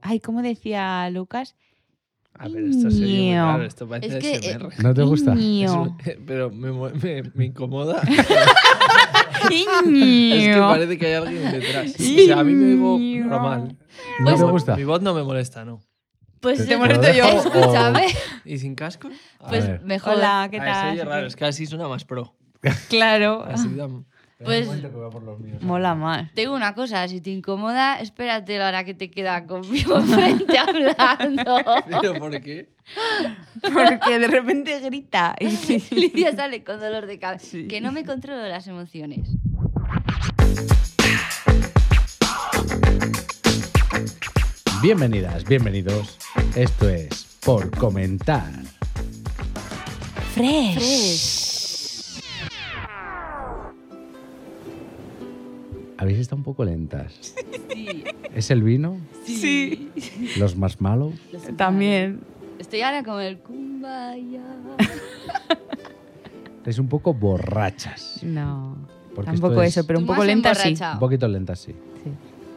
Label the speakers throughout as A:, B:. A: Ay, ¿cómo decía Lucas?
B: A ver, esto se oye muy
A: Ño.
B: raro, esto parece
C: Es que, eh,
B: ASMR.
D: ¿No te gusta?
B: Es
A: Iño.
B: un- eh, pero me, mo- me- me incomoda. es que
A: Iño.
B: parece que hay alguien detrás. O sea, a mí me digo
A: Ño.
B: normal.
D: ¿No
B: Mi
D: te
A: Pues,
B: voz-
D: gusta?
B: Mi voz no me molesta, ¿no.
C: Pues
D: Te molesto yo.
C: Escúchame.
B: ¿Y sin casco? A
C: Pues
B: ver.
D: ver.
C: mejor.
A: Hola, ¿qué
B: Ah, eso oye raro,
A: tal? Oh.
B: es que así suena más pro.
A: Claro.
B: Así da- no,
C: Pues-
A: Mola más.
C: Te digo una cosa, si te incomoda, espérate la hora que te queda conmigo frente hablando.
B: ¿Pero por qué?
A: Porque de repente grita.
C: Lidia sale con dolor de cabeza.
A: Sí.
C: Que no me controlo las emociones.
D: Bienvenidas, bienvenidos. Esto es Por Comentar.
A: Fresh.
D: Habéis estado un poco lentas.
C: Sí,
D: ¿Es el vino?
A: Sí.
D: ¿Los más malos?
A: También.
C: Estoy ahora con el kumbaya.
D: Es un poco borrachas.
A: No.
D: Porque
A: Tampoco
D: esto
A: eso,
D: es
A: pero un
C: Tú me
A: poco
C: has
A: lenta sí.
C: emborrachado.
D: Un poquito lentas, sí.
A: Sí.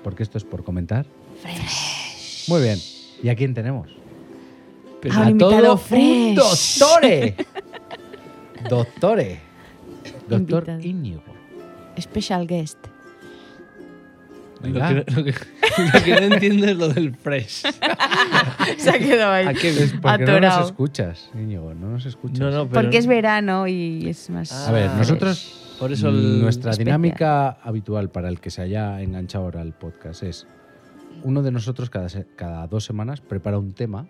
D: Porque esto es Por Comentar. Muy bien. ¿Y a quién tenemos?
B: Pero
A: Ah, un
D: a
A: invitado
D: todo
A: fresh.
D: un doctore. doctore. Doctor
A: Invitado.
D: Íñigo.
A: Special guest.
B: lo,
D: Venga.
B: que, lo que- lo que no entiendo es lo del fresh.
A: Se ha quedado ahí.
B: ¿A qué?
D: Es porque no
A: Atorao.
D: nos escuchas, Íñigo, no nos escuchas.
B: No, no, pero...
A: Porque es verano y es más.
B: Ah,
D: A ver,
B: fresh.
D: nosotros
B: Por eso el-
D: Nuestra
A: especial.
D: dinámica habitual para el que se haya enganchado ahora al podcast es uno de nosotros cada, se- cada dos semanas prepara un tema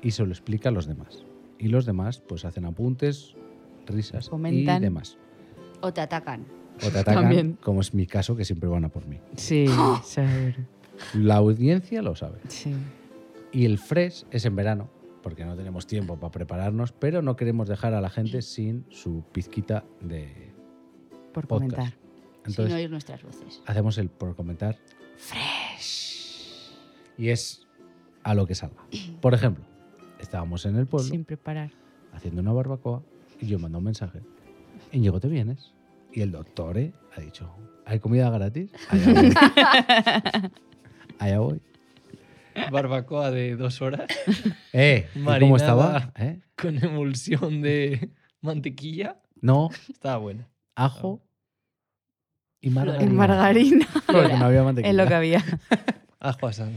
D: y se lo explica a los demás. Y los demás pues hacen apuntes, risas
A: Comentan.
D: y demás.
C: O te atacan.
D: O te atacan,
A: También.
D: como es mi caso, que siempre van a por mí.
A: Sí, seguro.
D: La audiencia lo sabe.
A: Sí.
D: Y el fresh es en verano, porque no tenemos tiempo para prepararnos, pero no queremos dejar a la gente sin su pizquita de
A: Por
D: podcast.
A: comentar.
C: sin
D: Entonces,
C: oír nuestras voces.
D: hacemos el por comentar
A: Fresh.
D: y es a lo que salga. Por ejemplo, estábamos en el pueblo
A: Sin preparar.
D: haciendo una barbacoa y yo mando un mensaje. Íñigo, ¿te vienes? Y el doctor eh, ha dicho, ¿hay comida gratis? Allá voy. Allá voy.
B: Barbacoa de dos horas
D: Eh, ¿y ¿Cómo
B: Marinada.
D: estaba? ¿Eh?
B: con emulsión de mantequilla.
D: No,
B: Estaba buena.
D: ajo y
C: Flores.
D: margarina.
A: En margarina.
D: Porque no había
A: Es lo que
D: mantequilla.
A: había.
B: Ajo asado.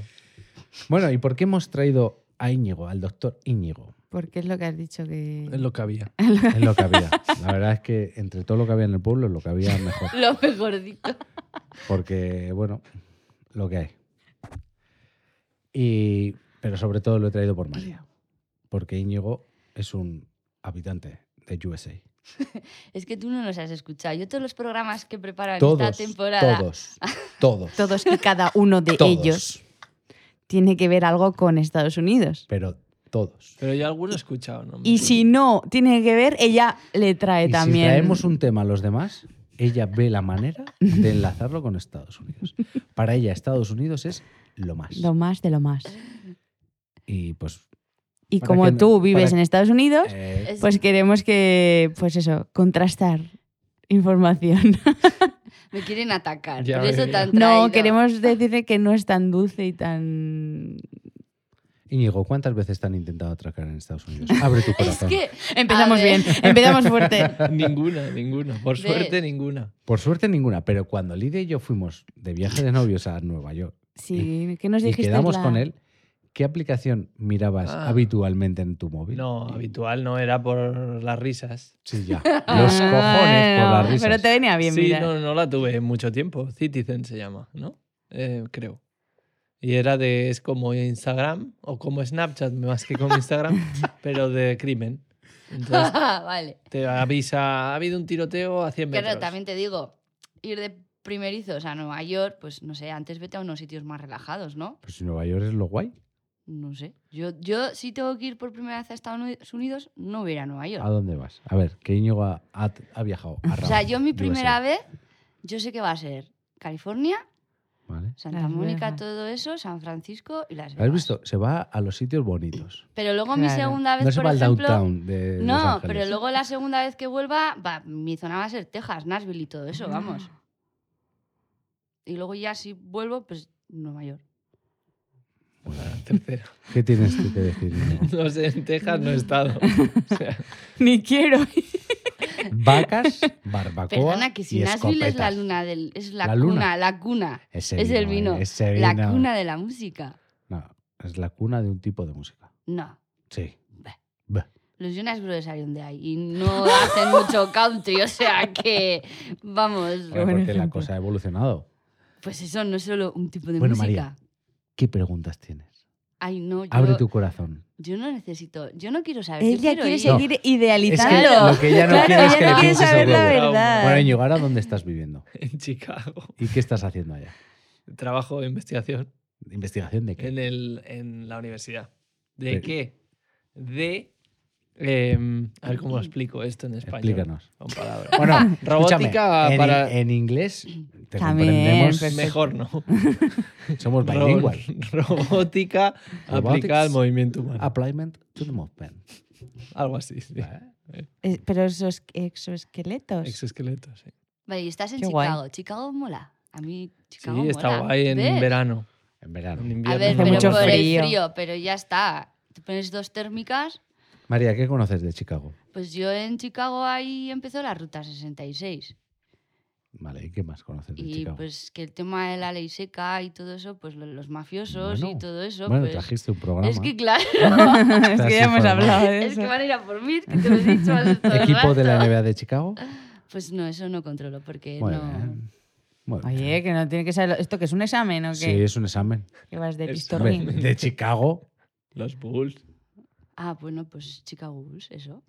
D: Bueno, ¿y por qué hemos traído a Íñigo, al doctor Íñigo?
A: Porque es lo que has dicho que.
B: Es lo que había.
D: Es lo que había. La verdad es que entre todo lo que había en el pueblo, lo que había mejor.
C: Lo mejorcito.
D: Porque, bueno, lo que hay. Y, pero sobre todo lo he traído por María. Porque Íñigo es un habitante de USA.
C: Es que tú no nos has escuchado. Yo todos los programas que preparan
D: Todos,
C: esta temporada.
D: todos, todos,
A: Todos y cada uno de
D: todos,
A: ellos tiene que ver algo con Estados Unidos.
D: Pero todos.
A: Eh,
B: Pero yo alguno he escuchado, ¿no?
A: Y si no tiene que ver, ella le trae
D: Mm. Y
A: también.
D: si traemos un tema a los demás, ella ve la manera de enlazarlo con Estados Unidos. Para ella Estados Unidos es lo más.
A: Lo más de lo más.
D: Y pues...
A: Y
D: Para
A: como
D: que no-
A: tú vives
D: para-
A: en Estados Unidos,
D: eh,
C: Es-
A: pues queremos que, pues eso, contrastar información.
C: Me quieren atacar.
B: Ya
C: Por eso
B: veo.
C: te han traído.
A: No, queremos decirle que no es tan dulce y tan...
D: Íñigo, ¿cuántas veces te han intentado atracar en Estados Unidos? Abre tu
C: Es
D: corazón.
C: que.
A: Empezamos
C: A ver.
A: bien, empezamos fuerte.
B: Ninguna, ninguna. Por
C: Ve.
B: suerte, ninguna.
D: Por suerte ninguna, pero cuando Lidia y yo fuimos de viaje de novios a Nueva York
A: Sí, que nos
D: y
A: dijiste?
D: quedamos
A: la-
D: con él, ¿qué aplicación mirabas
B: Ah.
D: habitualmente en tu móvil?
B: No, habitual no, era por las risas.
D: Sí, ya.
A: Ah,
D: Los cojones por
A: bueno,
D: las risas.
A: Pero te venía bien,
B: sí,
A: mira.
B: no, no la tuve mucho tiempo. Citizen se llama, ¿no? Eh, creo. Y era de, es como Instagram o como Snapchat, más que como Instagram, pero de crimen. Entonces
C: vale.
B: te avisa, ha habido un tiroteo a 100 metros.
C: Pero también te digo, ir de primerizos a Nueva York, pues no sé, antes vete a unos sitios más relajados, ¿no?
D: Pues si Nueva York es lo guay.
C: No sé. Yo, yo si tengo que ir por primera vez a Estados Unidos, no voy a ir a Nueva
D: ¿A
C: York.
D: dónde vas? A ver, que Íñigo ha, ha- ha viajado. a
C: O sea,
D: Rabat,
C: yo mi
D: USA,
C: primera vez, yo sé que va a ser California,
D: ¿vale?
C: Santa
A: Las
C: Mónica,
A: Vegas.
C: todo eso, San Francisco y Las Vegas.
D: ¿Has visto? Se va a los sitios bonitos.
C: Pero luego mi
A: Claro.
C: segunda vez,
D: No se
C: por
D: va al
C: ejemplo...
D: downtown de Los
C: No,
D: Ángeles.
C: pero luego la segunda vez que vuelva, va, mi zona va a ser Texas, Nashville y todo eso, vamos.
A: Ah.
C: Y luego ya si vuelvo, pues Nueva York.
D: Bueno,
B: tercero.
D: ¿Qué tienes tú que decir? Inma?
B: No sé, en Texas no he estado. O sea,
A: Ni quiero.
D: Vacas, barbacoa
C: Perdona, que
D: y
C: si Nashville es la
D: escopetas.
C: luna del. Es la,
D: La
C: cuna,
D: luna.
C: la cuna.
D: Ese
C: es el vino.
D: ese
C: La
D: vino.
C: cuna de la música.
D: No, es la cuna de un tipo de música.
C: No.
D: Sí.
C: Bah.
D: Bah.
C: Los Jonas Brothers salieron de ahí y no hacen mucho country, o sea que. Vamos.
A: Qué
D: Bueno,
A: buen
D: porque la
A: ejemplo.
D: cosa ha evolucionado.
C: Pues eso no es solo un tipo de
D: Bueno,
C: música.
D: María. ¿Qué preguntas tienes?
C: Ay, no, yo,
D: Abre tu corazón.
C: yo no necesito. Yo no quiero saber. yo
A: Ella
C: quiero
A: quiere
C: ir.
A: seguir idealizando.
D: Es que lo que ella no
A: Claro,
D: quiere es
A: ella
D: que
A: no
D: le
A: quiere
D: pienses
A: saber
D: sobre
A: la
D: huevo.
A: verdad.
D: Bueno, Íñigo, ¿ahora dónde estás viviendo?
B: en Chicago.
D: ¿Y qué estás haciendo allá?
B: Trabajo de investigación
D: ¿Investigación de qué?
B: en, el, en la universidad. ¿De
D: Pero-
B: qué? De. em, a ver cómo lo explico esto en español.
D: Explícanos.
B: Con palabras.
D: Bueno,
B: Robótica
D: escúchame, en-
B: para-
D: En, inglés te
A: También,
D: comprendemos
A: perfecto.
B: Mejor no.
D: Somos
B: Ro-
D: bilingual.
B: robótica aplicada al movimiento humano.
D: Appliement to the movement.
B: Algo así. sí.
D: Vale.
A: Eh, Pero esos exoesqueletos.
B: Exoesqueletos. sí.
C: Vale, y estás en
A: Qué guay.
C: Chicago. Chicago mola. A mí,
B: Sí,
C: Chicago mola.
B: está guay en
C: ¿Ves?
B: verano.
D: En
B: En
D: verano.
B: invierno.
C: A ver,
A: Hace
B: no.
C: pero
A: mucho
C: por
A: frío.
C: el frío, pero ya está. Te pones dos térmicas.
D: María, ¿qué conoces de Chicago?
C: Pues yo en Chicago ahí empezó la ruta 66.
D: Vale, ¿y qué más conoces de
C: Y
D: Chicago?
C: pues que el tema de la ley seca y todo eso, pues lo- los mafiosos y
D: Bueno,
C: todo eso.
D: bueno,
C: pues,
D: trajiste un programa.
C: es que claro,
A: es que ya hemos
D: informado.
A: hablado de
C: es
A: eso.
C: que van a ir a por mí, es que te lo he dicho hace todo el
D: Equipo de la
C: rato.
D: NBA de Chicago.
C: Pues no, eso no controlo porque
D: Muy
C: no...
D: bien. Muy bien.
A: Oye, que no tiene que saber. ¿Esto que es un examen o qué?
D: Sí, es un examen.
A: Que vas de
B: Es-
A: pistorrín.
D: Hombre, De Chicago.
B: Los Bulls.
C: Ah, bueno, pues Chicago Bulls, eso.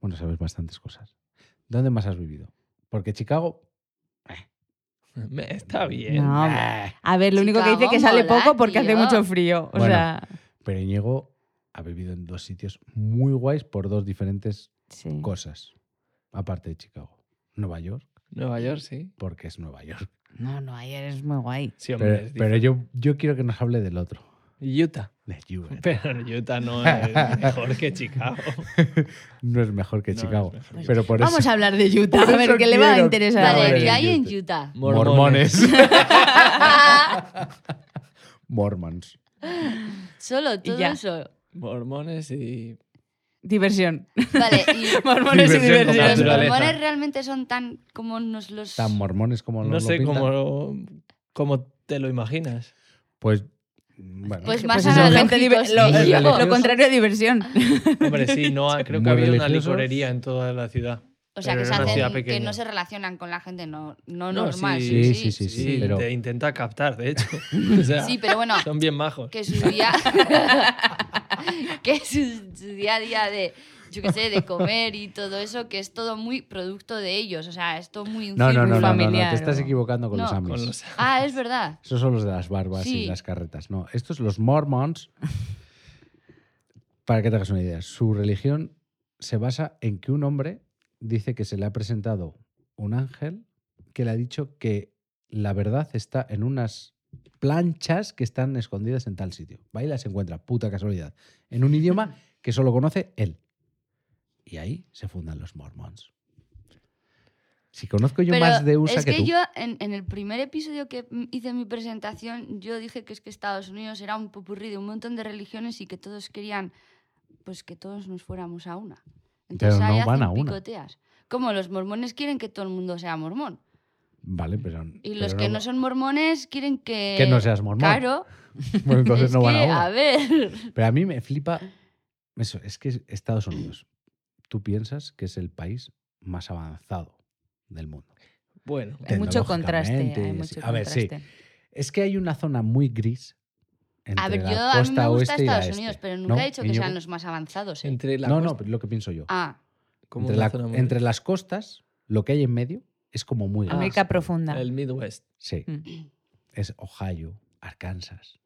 D: Bueno, sabes bastantes cosas. ¿Dónde más has vivido? Porque Chicago.
B: Me- Está bien.
A: No.
D: eh,
A: A ver, lo único que
C: Chicago
A: dice que sale
C: mola,
A: poco porque hace
C: tío.
A: mucho frío. O
D: Bueno.
A: sea,
D: Pero Íñigo ha vivido en dos sitios muy guays por dos diferentes
A: sí.
D: cosas. Aparte de Chicago. Nueva York,
B: Nueva York, sí.
D: porque es Nueva York.
A: No, no, ayer es muy guay.
B: Sí, hombre.
D: Pero,
B: es
D: pero yo, yo quiero que nos hable del otro.
B: diferente. Utah.
D: De Juve.
B: Pero Utah no es mejor que Chicago.
D: No es mejor que
B: No,
D: Chicago.
B: es mejor que
D: Pero por
A: Vamos
D: eso.
A: a hablar de Utah,
D: Por
A: a ver
D: eso
A: qué le va a
D: quiero-
A: interesar.
D: Claro,
C: Vale,
D: eres
C: ¿qué
D: de
C: hay en
D: Utah.
C: Utah?
D: Mormones. Mormons.
C: Solo, todo
A: ya.
C: eso.
B: Mormones y.
A: Diversión.
C: Vale, y
A: Mormones y
B: Diversión con
C: los
A: diversión.
B: naturaleza.
C: mormones realmente son tan como nos los...
D: Tan mormones como
B: No
D: nos lo
B: sé
D: pintan.
B: cómo, cómo te lo imaginas.
D: Pues. Bueno,
C: Pues
A: Que,
C: más
A: pues eso,
C: analógicos,
A: gente diver- lo- lo-
D: Muy
A: lo,
D: religiosos.
A: contrario a diversión.
B: Hombre, sí, no, creo que
D: Muy
B: había una
D: religiosos.
B: licorería en toda la ciudad.
C: O sea,
B: Pero
C: que, se
B: era una ciudad
C: hacen, que
B: pequeña.
C: no se relacionan con la gente no, no,
B: No,
C: normal.
B: sí,
C: Sí, sí, sí.
D: sí, sí,
B: Sí,
D: sí, pero-
B: te intenta captar, de hecho. O sea,
C: pero bueno,
B: son bien majos.
C: que su día... que su, su día a día de, yo qué sé, de comer y todo eso, que es todo muy producto de ellos. O sea, es todo muy un
D: No, no, no, no, no, no,
A: familiar,
D: te estás
A: ¿no?
D: equivocando con
C: No.
D: los amis.
B: Con los-
C: Ah, es verdad.
D: Esos son los de las barbas y
C: Sí.
D: las carretas. No, estos, los mormons, para que te hagas una idea, su religión se basa en que un hombre dice que se le ha presentado un ángel que le ha dicho que la verdad está en unas planchas que están escondidas en tal sitio. Va y las encuentra, puta casualidad, en un idioma que solo conoce él. Y ahí se fundan los mormons. Si conozco yo
C: Pero
D: más de USA
C: es
D: que,
C: que,
D: tú.
C: yo en, en el primer episodio que mm, hice mi presentación, yo dije que es que Estados Unidos era un popurrí de un montón de religiones y que todos querían pues que todos nos fuéramos a una. Entonces
D: Pero no
C: ahí
D: van
C: hacen
D: a una.
C: picoteas. Como los mormones quieren que todo el mundo sea mormón.
D: Vale, pero.
C: Y los
D: pero
C: que no son mormones quieren que...
D: Que no seas mormón.
C: Eh, Claro.
D: Bueno, entonces
C: es
D: no van a
C: que,
D: una.
C: a ver...
D: Pero a mí me flipa. Eso, es que Estados Unidos, tú piensas que es el país más avanzado del mundo.
B: Bueno,
A: Hay mucho contraste.
D: Tecnológicamente,
A: Hay
D: sí.
A: mucho
D: A ver, sí.
A: contraste.
D: Es que hay una zona muy gris. Entre
C: A ver,
D: la
C: yo a mí
D: costa
C: me gusta
D: oeste y la
C: Estados
D: este.
C: Unidos, pero nunca
D: ¿No,
C: he dicho que
D: Íñigo?
C: sean los más avanzados. ¿eh?
B: entre la
D: No,
B: costa-
D: no, pero lo que pienso yo.
C: Ah,
B: como
D: entre,
B: una
D: la-
B: zona muy-
D: entre las costas, lo que hay en medio es como muy gris.
A: América profunda.
B: el Midwest.
D: Sí.
A: Mm.
D: Es Ohio, Arkansas.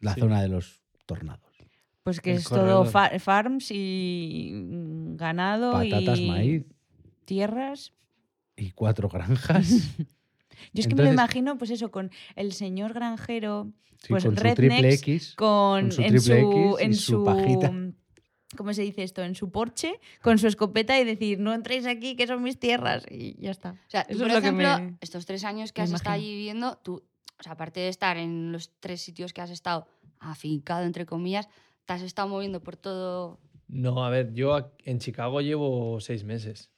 D: La
B: Sí.
D: zona de los tornados.
A: Pues que
B: el
A: es todo
B: corredor.
A: fa- farms y mm, ganado
D: Patatas,
A: y
D: maíz
A: tierras.
D: y cuatro granjas. Sí,
A: Yo es que me lo
D: Entonces-
A: imagino, pues eso, con el señor granjero, Pues
D: con su
A: rednecks,
D: triple X.
A: con,
D: Con su
A: en
D: triple
A: su,
D: X y
A: en
D: su pajita.
A: ¿Cómo se dice esto? En su porche, con su escopeta y decir, no entréis aquí, que son mis tierras. Y ya está.
C: O sea, tú,
A: Eso
C: por
A: es lo que
C: ejemplo,
A: me-
C: estos tres años que
A: me
C: has estado
A: imagino.
C: allí viviendo, tú, o sea, aparte de estar en los tres sitios que has estado afincado, entre comillas, te has estado moviendo por todo.
B: No, a ver, yo ac- en Chicago llevo seis meses.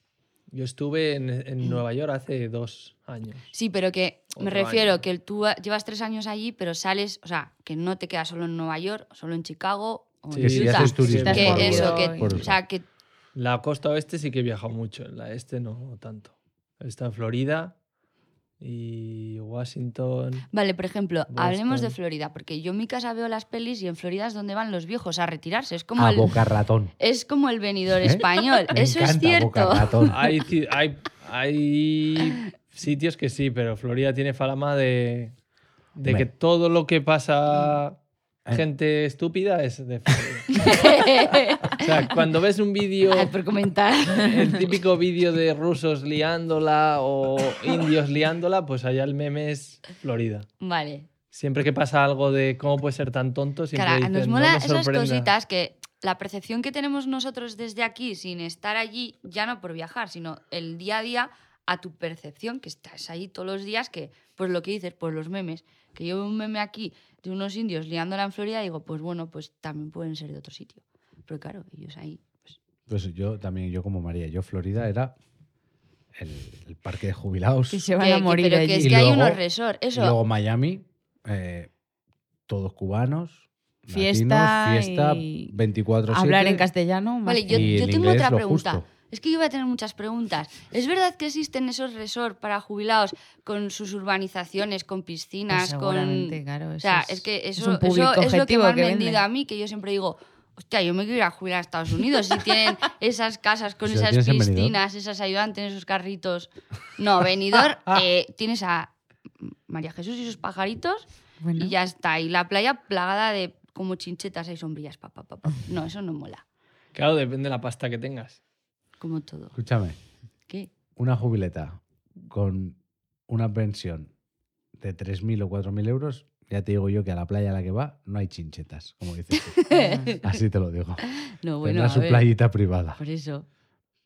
B: Yo estuve en, en Nueva York hace dos años.
C: Sí, pero que me
B: Otro
C: refiero
B: año.
C: que tú ah, llevas tres años allí, pero sales, o sea, que no te quedas solo en Nueva York, solo en Chicago o
B: Sí,
C: en
D: que si
C: Utah.
D: haces turismo
A: Estás
C: que
A: por-
C: eso, que,
A: por-
C: o sea, que
B: La costa oeste sí que he viajado mucho, en la este no tanto. Está en Florida y Washington.
C: Vale, por ejemplo, hablemos de
B: Boston.
C: Florida, porque yo en mi casa veo las pelis y en Florida es donde van los viejos a retirarse. Es como,
D: a
C: el,
D: boca ratón.
C: es como el venidor
D: Ah, ¿Eh?
C: español.
D: Me
C: Eso es
D: encanta
C: cierto.
D: Boca ratón.
B: Hay, ci- hay, hay sitios que sí, pero Florida tiene fama de, de que
D: Hombre.
B: todo lo que pasa
D: Eh.
B: gente estúpida es de Florida. O sea, cuando ves un vídeo,
C: Ay, por comentar.
B: el típico vídeo de rusos liándola o indios liándola, pues allá el meme es Florida.
C: Vale.
B: Siempre que pasa algo de cómo puede ser tan tonto, siempre
C: Cara,
B: dicen,
C: nos
B: "No
C: mola
B: me
C: esas
B: sorprenda".
C: cositas que la percepción que tenemos nosotros desde aquí, sin estar allí, ya no por viajar, sino el día a día a tu percepción, que estás ahí todos los días, que pues lo que dices, pues los memes, que yo veo un meme aquí de unos indios liándola en Florida, digo, pues bueno, pues también pueden ser de otro sitio. Pero claro, ellos ahí, pues,
D: Pues yo también, yo como María, yo Florida era el, el parque de jubilados.
A: Que se van
C: Que-
A: a
C: que-
A: morir
C: pero que
A: allí.
C: es
D: Y
C: que hay
D: luego-
C: unos resorts.
D: Y
C: Eso,
D: luego Miami, eh, todos cubanos,
A: Fiesta
D: latinos, fiesta,
A: y
D: 24
A: Hablar en castellano. más
C: Vale,
A: que-
C: yo,
D: Y
C: yo
D: el
C: tengo
D: inglés,
C: otra
D: lo
C: pregunta.
D: justo.
C: Es que yo voy a tener muchas preguntas. ¿Es verdad que existen esos resorts para jubilados con sus urbanizaciones, con
A: Pues
C: piscinas,
A: seguramente,
C: con...
A: claro.
C: O
A: eso
C: sea,
A: es,
C: es que
A: es
C: eso
A: un
C: eso
A: público
C: es lo que
A: objetivo
C: me han
A: que
C: vendido
A: vende.
C: a mí, que yo siempre digo, hostia, yo me quiero ir a jubilar a Estados Unidos si tienen esas casas con
D: Si lo
C: esas
D: tienes en Benidorm.
C: piscinas, esas ayudantes, esos carritos. No,
A: Ah,
C: venidor, eh, tienes a María Jesús y sus pajaritos
A: Bueno,
C: y ya está. Y la playa plagada de como chinchetas y sombrillas. Pa, pa, pa, pa. No, eso no mola,
B: Claro, depende de la pasta que tengas.
C: como todo.
D: Escúchame,
C: ¿Qué?
D: una jubileta con una pensión de 3.000 o 4.000 euros, ya te digo yo que a la playa a la que va no hay chinchetas, como dices tú. Así te lo digo.
C: Ah, No, bueno,
D: Tendrá
C: a
D: su
C: ver,
D: playita privada.
C: Por eso.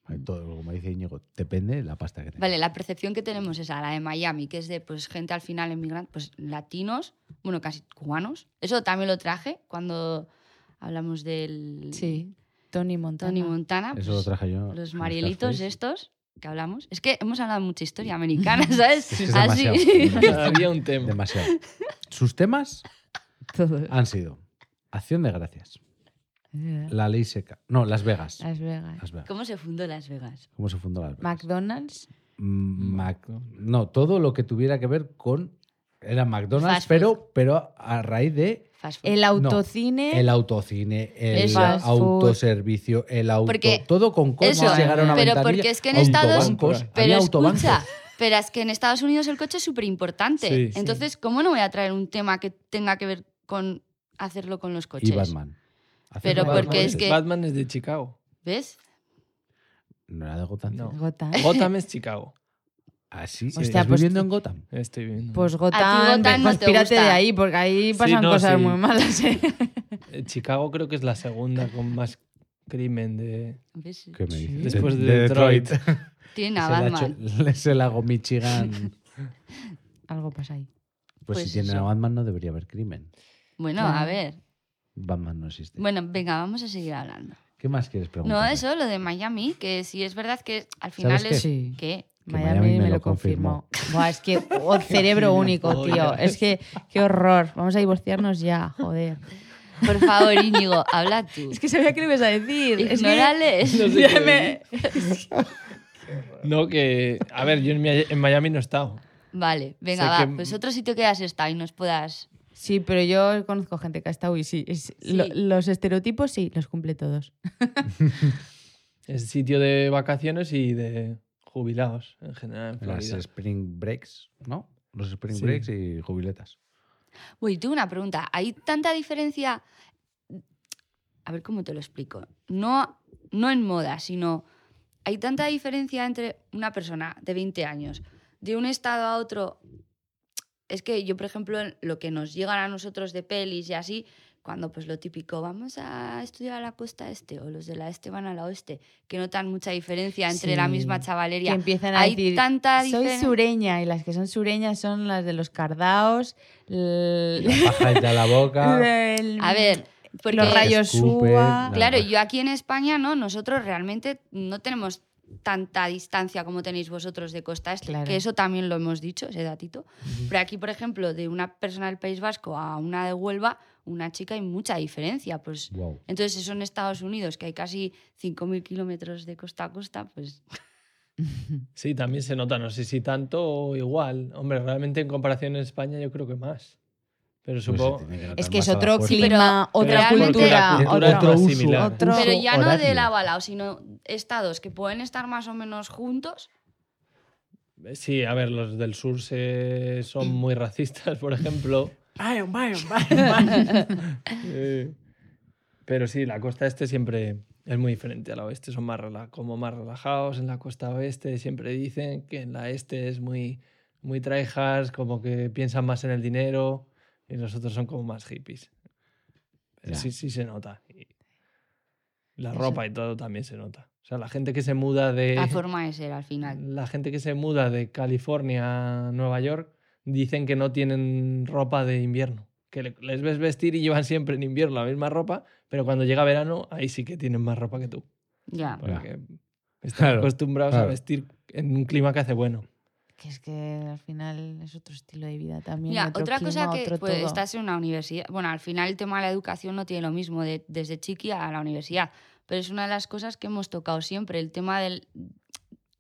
D: Hay todo, como dice Íñigo, depende de la pasta que tengas.
C: Vale, la percepción que tenemos es a la de Miami, que es de pues gente al final emigrante, pues latinos, bueno, casi cubanos. Eso también lo traje cuando hablamos del
A: Sí, Tony Montana.
C: Tony Montana.
D: Eso lo
C: pues,
D: traje yo.
C: Los
D: en
C: marielitos
D: Scarface.
C: estos que hablamos. Es que hemos hablado mucha historia americana, ¿sabes?
D: Es que es
C: Así.
D: demasiado.
B: Había un tema.
D: Demasiado. Sus temas
A: Todo.
D: han sido acción de gracias,
A: Eh,
D: la ley seca, no, Las Vegas.
A: Las Vegas.
D: Las Vegas. ¿Cómo,
C: ¿Cómo se fundó Las Vegas?
D: se fundó Las Vegas?
A: McDonald's.
D: Mm, Mac- no, todo lo que tuviera que ver con era McDonald's,
C: Fast food.
D: pero, pero a raíz de
C: Fast food.
A: El autocine.
D: el autocine, el
C: Eso.
A: Fast food.
D: autoservicio, el auto,
C: Porque-
D: todo con cosas
C: eso,
D: llegaron a
C: pero
D: ventanilla,
C: porque es que en Estados-
D: autobancos,
C: Pero
D: había autobancos.
C: escucha, pero es que en Estados Unidos el coche es súper importante.
B: Sí, sí.
C: Entonces, ¿cómo no voy a traer un tema que tenga que ver con hacerlo con los coches?
D: y Batman. Hacer
C: Pero
D: Batman
C: porque es
D: coches.
C: que-
B: Batman es de Chicago.
C: ¿Ves?
D: no era de Gotham.
B: No.
A: Pues Gotham.
B: Gotham es Chicago.
D: Así,
A: Hostia,
D: estás
A: pues-
D: viviendo en Gotham.
B: Estoy viendo.
A: Pues
C: A
A: Gotham,
C: ti Gotham no te
A: pírate de
C: gusta.
A: ahí, porque ahí
B: Sí,
A: pasan
B: no,
A: cosas
B: sí.
A: muy malas. ¿eh?
B: Eh, Chicago creo que es la segunda con más crimen de.
C: ¿Ves?
D: ¿Qué me dices?
B: Después de Detroit.
C: Tienen a Batman.
D: Se le Es el lago Michigan.
A: Algo pasa ahí.
C: Pues
D: Pues, si tienen a
C: eso.
D: Batman no debería haber crimen.
C: Bueno,
A: Claro.
C: a ver.
D: Batman no existe.
C: Bueno, venga, vamos a seguir hablando.
D: ¿Qué más quieres preguntar?
C: No, eso, lo de Miami, que sí es verdad que al final
D: ¿Sabes
C: es...
D: qué?
A: Sí.
C: ¿Qué?
D: Que
A: Miami, me, lo confirmó. Buah, es que oh, cerebro único, tío.
B: gilipollas.
A: Es que qué horror. Vamos a divorciarnos ya, joder.
C: Por favor, Íñigo, habla tú.
A: Es que sabía que lo ibas a decir. Es que...
C: Ignorales.
B: No sé
A: Ya
B: qué
A: me-
B: No, que. A ver, yo en Mi- en Miami no he estado.
C: Vale, venga,
B: Sé
C: va.
B: que-
C: Pues otro sitio que has estado y nos puedas...
A: Sí, pero yo conozco gente que ha estado y sí. es-
C: Sí.
A: lo- los estereotipos sí, los cumple todos.
B: Es sitio de vacaciones y de jubilados en general en
D: Las
B: Florida.
D: Spring Breaks, ¿no? Los Spring
B: Sí.
D: Breaks y jubiletas.
C: Uy, tengo una pregunta. ¿Hay tanta diferencia? A ver cómo te lo explico. No, no en moda, sino hay tanta diferencia entre una persona de 20 años, de un estado a otro. Es que yo, por ejemplo, en lo que nos llegan a nosotros de pelis y así, Cuando pues lo típico, vamos a estudiar a la costa este o los de la este van a la oeste, que notan mucha diferencia entre la
A: Sí.
C: misma
A: Que
C: chavalería.
A: empiezan a
C: Hay
A: decir,
C: tanta
A: soy
C: diferencia.
A: sureña y las que son sureñas son las de los cardaos, l-
D: La paja está en la boca.
A: el-
C: A ver, porque-
A: los rayos
D: Escupen,
A: UA.
D: la-
C: Claro, yo aquí en España, ¿no? Nosotros realmente no tenemos tanta distancia como tenéis vosotros de costa este,
A: Claro.
C: que eso también lo hemos dicho, ese datito. Pero aquí, por ejemplo, de una persona del País Vasco a una de Huelva, una chica hay mucha diferencia, pues...
D: Wow.
C: Entonces, eso en Estados Unidos, que hay casi 5.000 kilómetros de costa a costa, pues...
B: Sí, también se nota, no sé si tanto o igual. Hombre, realmente en comparación en España yo creo que más.
D: Pues
B: Pero supongo...
A: Es que es otro clima,
C: pero
A: otra
C: realmente
A: cultura,
C: la
B: cultura
A: otro-
B: es más similar.
A: otro-
C: Pero ya no de la
D: la
C: balao, sino estados que pueden estar más o menos juntos.
B: Sí, a ver, los del sur se... son muy racistas, por ejemplo. Eh, Pero sí, la costa este siempre es muy diferente a la oeste. Son más rela- como más relajados. En la costa oeste siempre dicen que en la este es muy, muy tryhards, como que piensan más en el dinero. Y los otros son como más hippies. Pero
D: Ya.
B: sí, sí se nota. Y la
A: Eso.
B: ropa y todo también se nota. O sea, la gente que se muda de...
C: La forma de ser, al final.
B: La gente que se muda de California a Nueva York dicen que no tienen ropa de invierno. Que le- les ves vestir y llevan siempre en invierno la misma ropa, pero cuando llega verano, ahí sí que tienen más ropa que tú.
A: Ah.
C: Ya.
D: Ya.
B: Porque están
D: Claro,
B: acostumbrados
D: claro.
B: a vestir en un clima que hace bueno.
A: Que es que al final es otro estilo de vida también.
C: Mira,
A: otro
C: otra cosa
A: clima,
C: que
A: otro
C: pues,
A: todo.
C: estás en una universidad. Bueno, al final el tema de la educación no tiene lo mismo de- desde chiqui a la universidad, pero es una de las cosas que hemos tocado siempre, el tema del...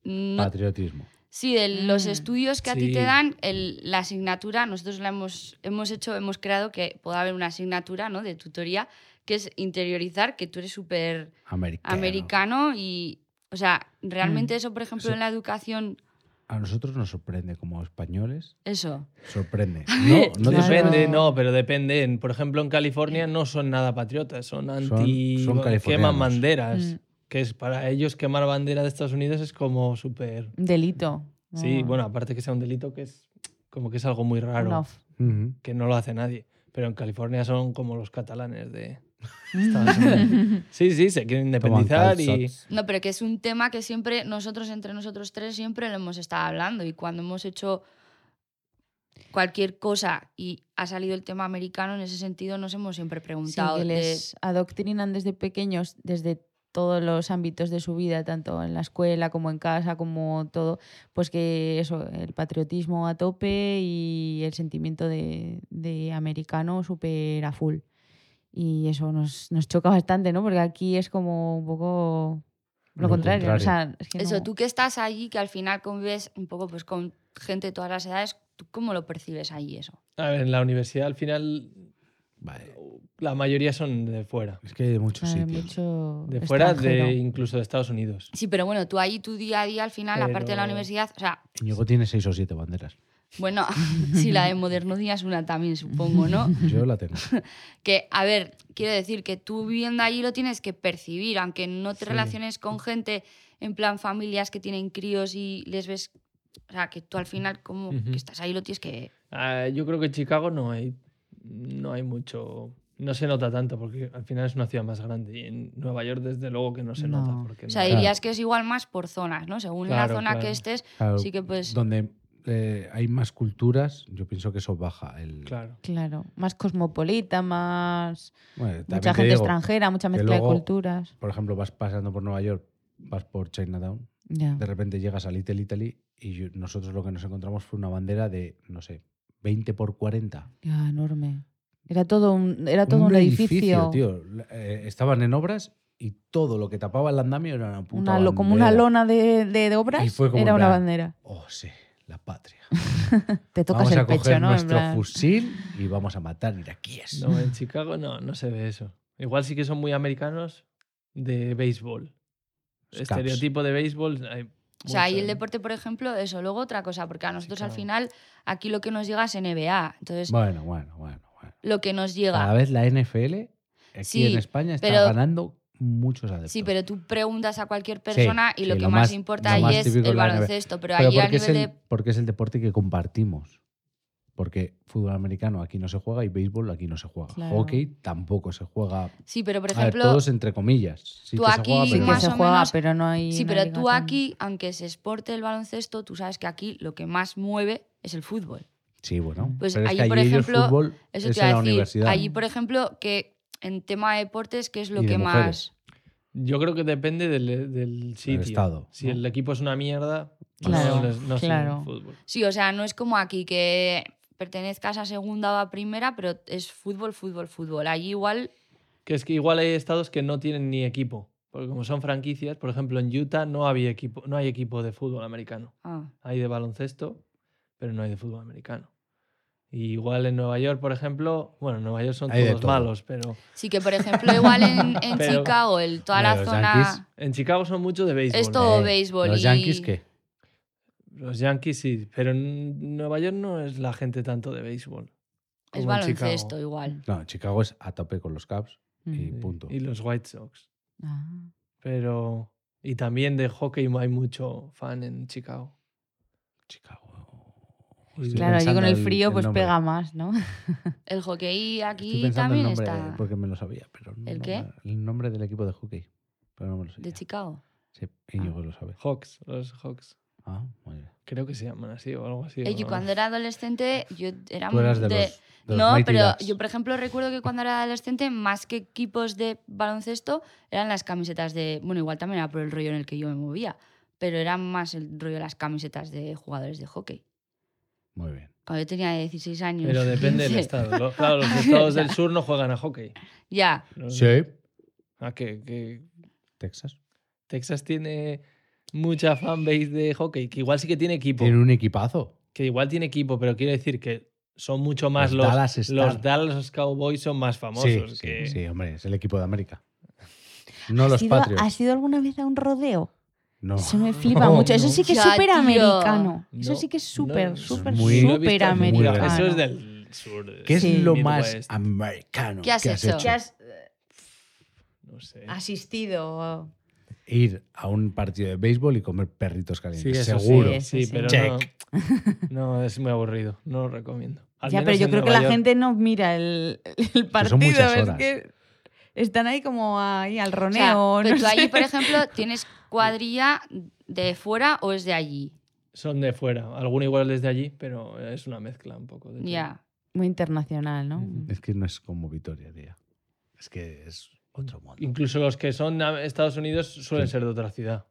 C: no-
D: Patriotismo.
C: sí, de los
A: Mm.
C: estudios que a ti te
B: Sí.
C: dan, el- la asignatura, nosotros la hemos, hemos hecho, hemos creado que pueda haber una asignatura ¿no? de tutoría que es interiorizar que tú eres súper
D: Americano.
C: americano y, o sea, realmente
A: Mm.
C: eso, por ejemplo,
D: Eso-
C: en la educación,
D: A nosotros nos sorprende como españoles.
C: eso.
D: Sorprende. No, no te
A: Claro.
D: sorprende.
B: Depende, no, pero depende. En- Por ejemplo, en California no son nada patriotas, son anti.
D: son californianos.
B: queman banderas.
A: Mm.
B: Que es para ellos quemar bandera de Estados Unidos es como súper.
A: Delito.
B: Sí,
A: Ah,
B: bueno, aparte que sea un delito, que es como que es algo muy raro.
A: un off.
D: Ujú.
B: que no lo hace nadie. Pero en California son como los catalanes de Estados Unidos. Sí, sí, se quieren
D: Toman
B: independizar y...
D: calzots.
C: No, pero que es un tema que siempre nosotros, entre nosotros tres, siempre lo hemos estado hablando. Y cuando hemos hecho cualquier cosa y ha salido el tema americano, en ese sentido nos hemos siempre
A: Sí,
C: preguntado.
A: que
C: de-
A: les adoctrinan desde pequeños, desde todos los ámbitos de su vida, tanto en la escuela como en casa, como todo, pues que eso, el patriotismo a tope y el sentimiento de, de americano súper a full. Y eso nos, nos choca bastante, ¿no? Porque aquí es como un poco lo,
D: Lo
A: contrario.
D: contrario.
A: O sea, es que
C: Eso,
A: no-
C: tú que estás allí, que al final convives un poco pues con gente de todas las edades, ¿tú cómo lo percibes allí eso?
B: A ver, en la universidad al final
D: Vale.
B: la mayoría son de fuera.
D: Es que hay de muchos
A: Claro,
D: sitios.
A: mucho
B: De fuera, de
A: extranjero.
B: incluso de Estados Unidos.
C: Sí, pero bueno, tú allí, tu día a día, al final, aparte de la
B: Pero-
C: universidad, o sea,
D: Íñigo tiene seis o siete banderas.
C: bueno, si la de moderno día es una también, supongo, ¿no?
D: Yo la tengo.
C: Que, a ver, quiero decir que tú viviendo allí lo tienes que percibir, aunque no te
B: Sí.
C: relaciones con gente, en plan familias que tienen críos y les ves. O sea, que tú al final, como
B: Ujú.
C: que estás ahí, lo tienes que.
B: Ah, yo creo que en Chicago no hay, no hay mucho... No se nota tanto porque al final es una ciudad más grande y en Nueva York desde luego que no se
A: No.
B: nota. Porque
C: O sea,
B: no-
D: Claro.
C: dirías que es igual más por zonas, ¿no? Según
B: Claro,
C: la zona
B: claro.
C: que estés,
D: Claro,
C: sí que pues.
D: Donde eh, hay más culturas, yo pienso que eso baja el.
B: Claro.
A: Claro, más cosmopolita, más...
D: Bueno, también
A: Mucha
D: te
A: gente
D: digo,
A: extranjera, mucha
D: que
A: mezcla
D: luego-
A: de culturas.
D: Por ejemplo, vas pasando por Nueva York, vas por Chinatown,
A: Ya.
D: de repente llegas a Little Italy y yo- nosotros lo que nos encontramos fue una bandera de, no sé, 20 por 40.
A: Ya, enorme. Era todo un, era todo un, edificio.
D: tío. La- eh, estaban en obras y todo lo que tapaba el andamio era una puta
A: Una lo- como una
D: bandera.
A: lona de, de- de
D: Y
A: obras.
D: fue como
A: Era
D: en
A: una
D: plan-
A: bandera.
D: Oh, sí, la patria.
A: Te tocas
D: vamos
A: el
D: a coger
A: pecho, ¿no? En
D: nuestro
A: plan,
D: fusil y vamos a matar iraquíes.
B: No, en Chicago no, no se ve eso. Igual sí que son muy americanos de béisbol.
D: Scabs.
B: Estereotipo de béisbol. hay
C: O sea, ahí
B: mucho,
C: el
B: ¿eh?
C: deporte, por ejemplo, eso. Luego otra cosa, porque a nosotros al
B: claro.
C: final, aquí lo que nos llega es NBA. Entonces,
D: Bueno, bueno, bueno, bueno.
C: lo que nos
D: Cada
C: llega.
D: vez la NFL aquí
C: Sí,
D: en España está
C: pero-
D: ganando muchos adeptos.
C: Sí, pero tú preguntas a cualquier
D: Sí,
C: persona y lo
D: sí,
C: que
D: lo
C: más,
D: más-
C: importa
D: lo
C: ahí
D: más
C: es
D: típico
C: el
D: de la NBA.
C: baloncesto. Pero,
D: Pero
C: allí a nivel
D: porque, es el,
C: de
D: porque es el deporte que compartimos. Porque fútbol americano aquí no se juega y béisbol aquí no se juega.
A: Claro.
D: Hockey tampoco se juega.
C: Sí, pero por
D: a ver,
C: ejemplo,
D: todos entre comillas. Sí
C: tú
D: que
C: aquí
D: se juega,
A: Sí
D: pero
A: que
C: más
A: se
C: o
A: juega,
C: menos-
A: pero no hay.
C: Sí,
A: una
C: pero
A: liga
C: tú
A: tan-
C: aquí, aunque se exporte el baloncesto, tú sabes que aquí lo que más mueve es el fútbol.
D: Sí, bueno.
C: Pues
D: pero es
C: allí,
D: que
C: por
D: ellos
C: ejemplo,
D: fútbol
C: Eso
D: es
C: te iba
D: en la
C: a decir.
D: universidad.
C: Allí, por ejemplo, que en tema de deportes, ¿qué es lo
D: Y de
C: que
D: mujeres.
C: más...?
B: Yo creo que depende del, del sitio.
D: estado,
B: Si
D: ¿no?
B: el equipo es una mierda,
A: Claro,
B: no, no, no
A: claro.
B: es fútbol.
C: Sí, o sea, no es como aquí que pertenezcas a segunda o a primera, pero es fútbol, fútbol, fútbol. Allí igual,
B: Que es que igual hay estados que no tienen ni equipo. Porque como son franquicias, por ejemplo, en Utah no, había equipo, no hay equipo de fútbol americano.
C: ah,
B: Hay de baloncesto, pero no hay de fútbol americano. Y igual en Nueva York, por ejemplo, bueno, en Nueva York son
D: Hay de
B: todos
D: todo.
B: malos, pero
C: sí que por ejemplo igual en, en
B: Pero-
C: Chicago, el, toda
D: Bueno,
C: la
D: los
C: zona
D: Yankees. eh,
B: en Chicago son mucho de béisbol.
C: es todo béisbol.
D: ¿Los
C: y-
D: Yankees qué?
B: Los Yankees sí, pero en Nueva York no es la gente tanto de béisbol.
C: Es
B: como en Chicago.
C: baloncesto igual.
D: No, Chicago es a tope con los Cubs.
A: Mm.
D: Y punto.
B: Y los White Sox.
A: Ah.
B: Pero. Y también de hockey hay mucho fan en Chicago.
D: Chicago.
B: Y
D: Estoy
A: Claro, allí
D: pensando
A: con el
D: el-
A: frío
D: el
A: pues
D: nombre.
A: pega más, ¿no?
C: El hockey
D: Estoy
C: aquí
D: pensando el
C: también
D: nombre
C: está.
D: porque me lo sabía, pero no
C: ¿El qué?
D: me- el nombre del equipo de hockey. Pero no me lo sabía.
C: De Ah. Chicago.
D: Sí, Íñigo lo sabe.
B: Hawks, los Hawks.
D: Ah, muy bien.
B: Creo que se llaman así o algo así.
C: Eh, yo
B: ¿no?
C: cuando era adolescente, yo era
D: Tú eras de,
C: de-
D: los. de los
C: no,
D: Mighty
C: pero
D: Ducks.
C: yo, por ejemplo, recuerdo que cuando era adolescente, más que equipos de baloncesto, eran las camisetas de. Bueno, igual también era por el rollo en el que yo me movía, pero eran más el rollo de las camisetas de jugadores de hockey.
D: Muy bien.
C: Cuando yo tenía 16 años.
B: Pero depende del
C: 15,
B: estado. Lo- claro, los estados del sur no juegan a hockey.
C: Ya,
B: Los-
D: Sí.
B: Ah, que, que
D: Texas.
B: Texas tiene mucha fanbase de hockey, que igual sí que tiene equipo.
D: Tiene un equipazo.
B: Que igual tiene equipo, pero quiero decir que son mucho más
D: Los
B: los,
D: Dallas
B: los
D: Stars.
B: Dallas Cowboys son más famosos.
D: Sí, sí,
B: que-
D: sí, hombre, es el equipo de América. No los
A: ¿Has ido-
D: patrios.
A: ¿Has ido alguna vez a un rodeo?
D: No.
A: Eso me flipa
B: No,
A: mucho. Eso
B: no.
A: sí que es
C: Ya,
A: súper americano.
B: tío.
A: Eso
B: No,
A: sí que es
B: no,
A: súper,
B: no,
A: súper,
D: muy-
B: Lo he
A: súper
B: visto muy raro.
A: americano.
B: Eso es del sur.
D: ¿Qué es
A: Sí.
D: lo
B: Midwest.
D: más americano
C: ¿Qué has
D: que has
C: hecho?
D: hecho?
C: ¿Qué
A: has
B: No sé.
A: Ah, asistido?
D: Ir a un partido de béisbol y comer perritos
B: Sí,
D: calientes.
B: eso
D: pues seguro.
A: sí.
B: Sí, pero no,
D: Check.
B: no, es muy aburrido. No lo recomiendo. Al
A: ya,
B: menos
A: pero yo
B: en
A: creo que
B: Nueva
A: la
B: York.
A: gente no mira el, el
D: Pero
A: partido.
D: son muchas
A: es
D: horas.
A: que están ahí como ahí al
C: O sea,
A: roneo.
C: pero
A: no sé.
C: tú allí, por ejemplo, ¿tienes cuadrilla de fuera o es de allí?
B: Son de fuera. Alguno igual desde allí, pero es una mezcla un poco. de
C: Ya.
B: todo.
A: Muy internacional, ¿no?
B: Ujú.
D: Es que no es como Vitoria, tía. Es que es otro mundo.
B: Incluso los que son de Estados Unidos suelen
D: Sí.
B: ser de otra ciudad.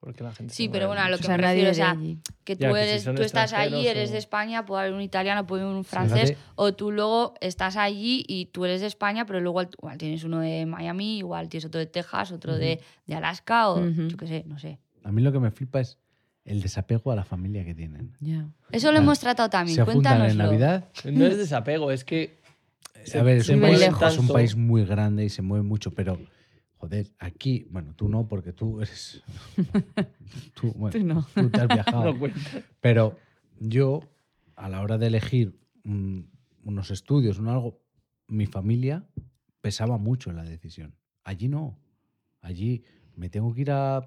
B: Porque la gente se
C: Sí,
B: mueve
C: pero bueno, a lo
A: O
B: mucho.
C: que
A: sea,
C: me
A: nadie
C: refiero, o
A: de
C: sea,
A: allí.
C: que
B: Ya,
C: tú
B: que si
C: eres,
B: son
C: tú estás allí,
B: extranjeros
C: eres
B: o-
C: de España, puede haber un italiano, puede haber un francés,
D: Fíjate.
C: o tú luego estás allí y tú eres de España, pero luego igual, igual tienes uno de Miami, igual tienes otro de Texas, otro de, de Alaska, o
A: Ujú.
C: yo qué sé, no sé.
D: A mí lo que me flipa es el desapego a la familia que tienen.
A: Ya.
C: Eso lo
D: Vale.
C: hemos tratado también,
D: Se juntan en
C: cuéntanoslo.
D: Navidad.
B: No es desapego, es que.
D: A ver, es
A: se
D: un,
A: mueven
D: país,
B: mueve
A: lejos.
D: es un país muy grande y se mueve mucho, pero joder, aquí, bueno, tú no, porque tú eres. tú, bueno,
A: Tú no.
D: tú te has viajado.
B: No cuenta.
D: Pero yo, a la hora de elegir mm, unos estudios, un algo, mi familia pesaba mucho en la decisión. Allí no. Allí me tengo que ir a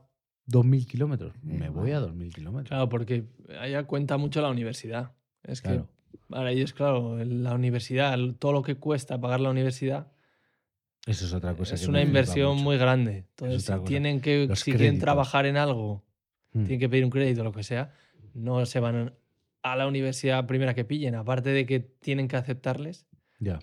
D: 2.000 kilómetros. Me voy a 2.000 kilómetros.
B: Eh, Claro, porque allá cuenta mucho la universidad. Es que
D: Claro.
B: para ellos, claro, la universidad, el- todo lo que cuesta pagar la universidad
D: Eso es otra cosa.
B: es
D: que
B: una
D: me flipa
B: inversión
D: mucho.
B: muy grande. Entonces,
D: otra
B: si
D: cosa.
B: tienen que,
D: Los
B: si quieren
D: créditos.
B: trabajar en algo,
D: Mm.
B: tienen que pedir un crédito o lo que sea, no se van a la universidad primera que pillen. Aparte de que tienen que aceptarles,
D: Ya.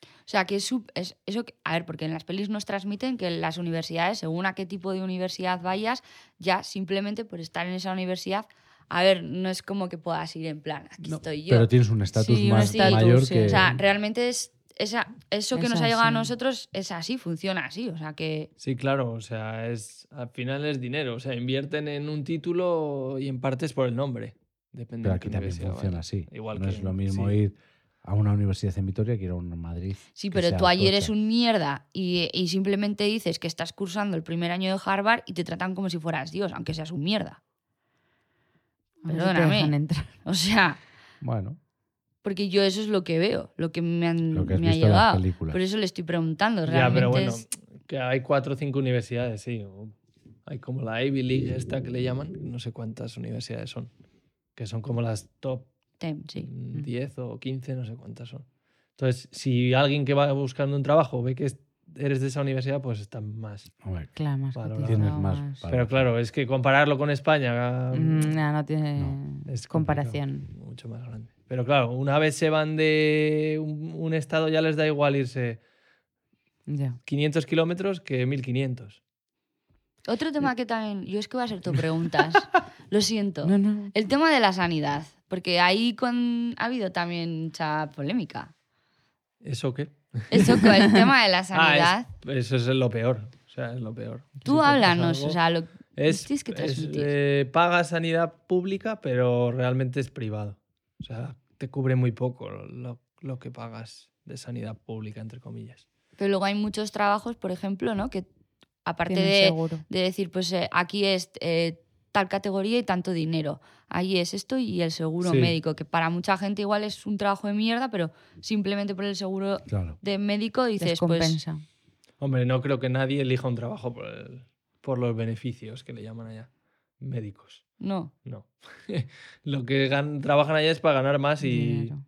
C: O sea, que es, sup- es- eso, que- a ver, porque en las pelis nos transmiten que las universidades, según a qué tipo de universidad vayas, ya simplemente por estar en esa universidad, a ver, no es como que puedas ir en plan, aquí
D: No,
C: estoy yo.
D: Pero tienes un estatus
A: Sí, un
D: más
C: estatus,
D: mayor
A: sí.
D: que.
C: O sea, realmente es esa, eso que
A: Es
C: nos ha llegado a
A: así.
C: nosotros es así, funciona así. O sea que.
B: Sí, claro, o sea, es al final es dinero, o sea, invierten en un título y en partes por el nombre, depende
D: pero
B: de
D: aquí
B: qué
D: también
B: Mm, universidad
D: funciona
B: vaya.
D: así.
B: Igual
D: no
B: que-
D: es lo mismo
B: sí.
D: ir a una universidad en Vitoria que ir a una en Madrid.
C: Sí,
D: que
C: pero
D: sea
C: tú allí eres
D: tocha.
C: un mierda y, y simplemente dices que estás cursando el primer año de Harvard y te tratan como si fueras Dios, aunque seas un mierda.
A: A ver si te
C: Perdóname.
A: dejan entrar.
C: O sea,
D: Bueno,
C: porque yo eso es lo que veo, lo que me, han,
D: lo que has
C: Mm, me ha
D: visto en las
C: llegado.
D: películas.
C: Por eso le estoy preguntando. Realmente
B: Ya, pero bueno,
C: es-
B: que hay cuatro o cinco universidades, sí. o Hay como la Ivy League, esta que le llaman, no sé cuántas universidades son, que son como las top
C: TEM, sí.
B: mm,
A: Mm.
B: 10 o 15, no sé cuántas son. Entonces, si alguien que va buscando un trabajo ve que es- eres de esa universidad, pues están más.
D: A ver,
A: Claro, más
B: Valorado.
A: cotizado,
D: Tienes más
A: más-
D: valor.
B: Pero claro, es que compararlo con España
A: Mm, nah, no tiene
B: es complicado,
A: comparación.
B: mucho más grande. Pero claro, una vez se van de un, un estado ya les da igual irse
A: Ya.
B: 500 kilómetros que 1500.
C: Otro tema que también. Yo es que voy a hacer tu preguntas. Lo siento.
A: No, no.
C: El tema de la sanidad. Porque ahí con... ha habido también mucha polémica.
B: ¿Eso qué?
C: Eso con el tema de la
B: Ah,
C: sanidad.
B: es- eso es lo peor. O sea, es lo peor. Si te
C: Tú
B: pasa
C: háblanos,
B: pues, algo-
C: o sea, lo
B: Es,
C: Tienes que
B: es,
C: transmitir.
B: eh, paga sanidad pública, pero realmente es privado. O sea, te cubre muy poco lo, lo que pagas de sanidad pública, entre comillas.
C: Pero luego hay muchos trabajos, por ejemplo, ¿no? Que aparte
A: tiene
C: de,
A: seguro.
C: de decir, pues eh, aquí es eh, tal categoría y tanto dinero, ahí es esto y el seguro
B: Sí.
C: médico, que para mucha gente igual es un trabajo de mierda, pero simplemente por el seguro
D: claro.
C: de médico dices, pues
A: Descompensa.
B: Hombre, no creo que nadie elija un trabajo por, el- por los beneficios que le llaman allá. Médicos.
C: no.
B: No. lo que gan- trabajan allá es para ganar más y.
A: Dinero.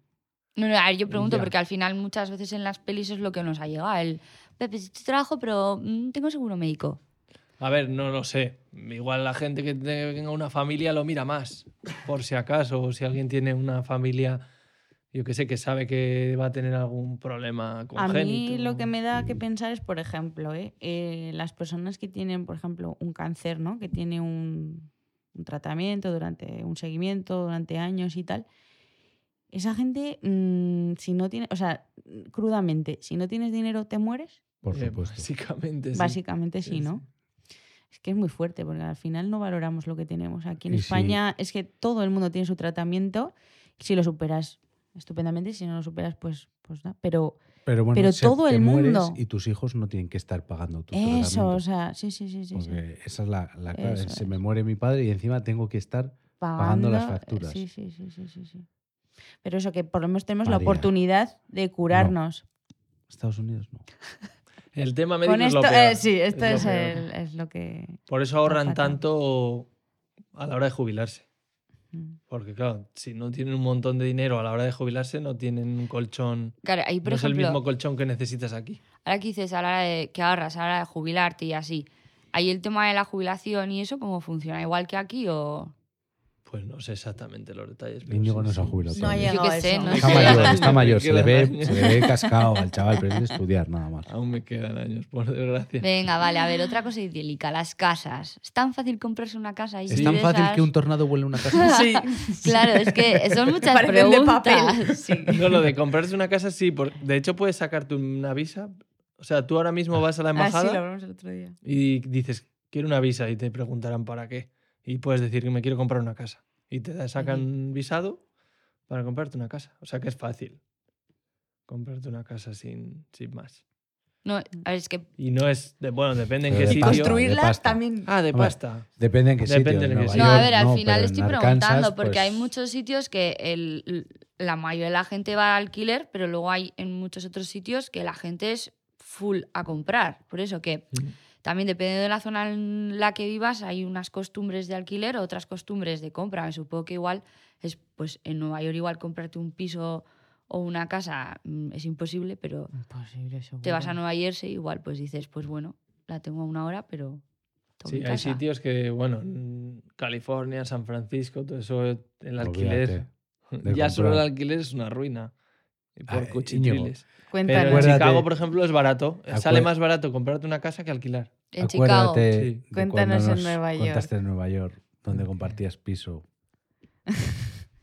C: No, no, a ver, yo pregunto,
B: Ya.
C: porque al final muchas veces en las pelis es lo que nos ha llegado, el, Pepe, sí trabajo, pero mm, tengo seguro médico.
B: A ver, no lo sé. Igual la gente que tenga una familia lo mira más, por si acaso, o si alguien tiene una familia, yo que sé, que sabe que va a tener algún problema
A: A
B: congénito.
A: mí lo que me da que pensar es, por ejemplo, ¿eh? Eh, las personas que tienen, por ejemplo, un cáncer, ¿no? Que tiene un, un tratamiento durante un seguimiento durante años y tal. Esa gente, mm, si no tiene, o sea, crudamente, si no tienes dinero, te mueres.
D: Por
B: Eh,
D: supuesto.
B: Básicamente sí.
A: Básicamente
B: Sí,
A: sí, ¿no? Es que es muy fuerte porque al final no valoramos lo que tenemos. Aquí en
D: Y sí.
A: España es que todo el mundo tiene su tratamiento. Si lo superas estupendamente, si no lo superas, pues, pues nada. Pero
D: Pero bueno,
A: Pero
D: si
A: todo
D: te
A: el
D: mueres
A: mundo.
D: Y tus hijos no tienen que estar pagando tu
A: eso,
D: tratamiento.
A: o sea, sí, sí, sí, sí. sí.
D: Porque esa es la, la clave.
A: Eso
D: Se
A: es.
D: me muere mi padre y encima tengo que estar. pagando las facturas.
A: eh, Sí, sí, sí, sí, sí, sí. Pero eso, que por lo menos tenemos
D: María.
A: la oportunidad de curarnos.
D: Estados Unidos no.
B: El tema médico
A: Con
B: es
A: esto,
B: lo peor.
A: eh, sí, esto
B: lo
A: es,
B: peor.
A: el- es lo que...
B: Por eso ahorran
A: fatal.
B: tanto a la hora de jubilarse.
A: mm,
B: Porque claro, si no tienen un montón de dinero a la hora de jubilarse, no tienen un colchón.
C: Claro, ahí por
B: no es el
C: ejemplo,
B: mismo colchón que necesitas aquí.
C: ahora que dices, a la hora de que ahorras, a la hora de jubilarte y así, ahí el tema de la jubilación y eso, ¿cómo funciona? ¿Igual que aquí o...?
B: Pues no sé exactamente los detalles. pero
D: Íñigo
B: sí,
D: no se ha
B: sí.
D: jubilado
A: No
D: todavía.
A: llega.
C: Yo qué sé,
A: eso.
C: no
B: Me
D: Está
C: sé.
B: queda-
D: mayor, está mayor. Se le, ve,
B: Me
D: se le ve cascado al chaval, pero es de estudiar nada más.
B: Aún me quedan años, por desgracia.
C: Venga, vale, a ver, otra cosa idílica, las casas. ¿Es tan fácil comprarse una casa ahí?
D: Es tan fácil que un tornado vuele una casa.
B: Sí.
C: Claro, es que son muchas
A: Parecen de
C: preguntas.
A: papel.
C: Sí.
B: No, lo de comprarse una casa, sí. por- De hecho, puedes sacarte una visa. O sea, tú ahora mismo vas a la
A: Ah, sí, lo
B: embajada
A: hablamos el otro día.
B: y dices, quiero una visa, y te preguntarán para qué. Y puedes decir que me quiero comprar una casa. Y te sacan un visado para comprarte una casa. O sea, que es fácil comprarte una casa sin, sin más.
C: No, a ver, es que
B: Y no es, de- bueno, depende en
D: Pero
B: qué
D: de
B: sitio.
D: pasta, de pasta.
B: Ah, de
D: Hombre,
B: pasta.
D: Depende en qué
B: Depende en
D: sitio. en
B: qué
D: Nueva
B: sitio.
C: No, a
D: York,
C: ver, al
D: no,
C: final
D: pero
C: estoy
D: en Arkansas,
C: preguntando porque
D: pues,
C: hay muchos sitios que el- la mayoría de la gente va al alquiler, pero luego hay en muchos otros sitios que la gente es full a comprar. Por eso que
B: Mm.
A: Pues
C: también dependiendo de la zona en la que vivas hay unas costumbres de alquiler, otras costumbres de compra. Me supongo que igual es pues en Nueva York igual comprarte un piso o una casa mm, es imposible, pero
A: Imposible, seguro.
C: te vas a Nueva Jersey igual pues dices, pues bueno, la tengo a una hora, pero tengo
B: Sí,
C: mi
B: hay
C: casa.
B: sitios que, bueno, en California, San Francisco, todo eso, el alquiler.
D: olvídate. de
B: Ya solo el
D: comprar.
B: alquiler es una ruina. Y
D: Ah,
B: Por
D: eh,
B: cuchitriles. Pero en
A: Cuéntanos.
D: Acuérdate-
B: Chicago, por ejemplo, es barato.
D: Acuérdate-
B: Sale más barato comprarte una casa que alquilar.
C: En Chicago.
D: Acuérdate
B: Sí.
D: de cuando
A: Cuéntanos en
D: nos
A: Nueva York.
D: Contaste en Nueva York, donde compartías piso.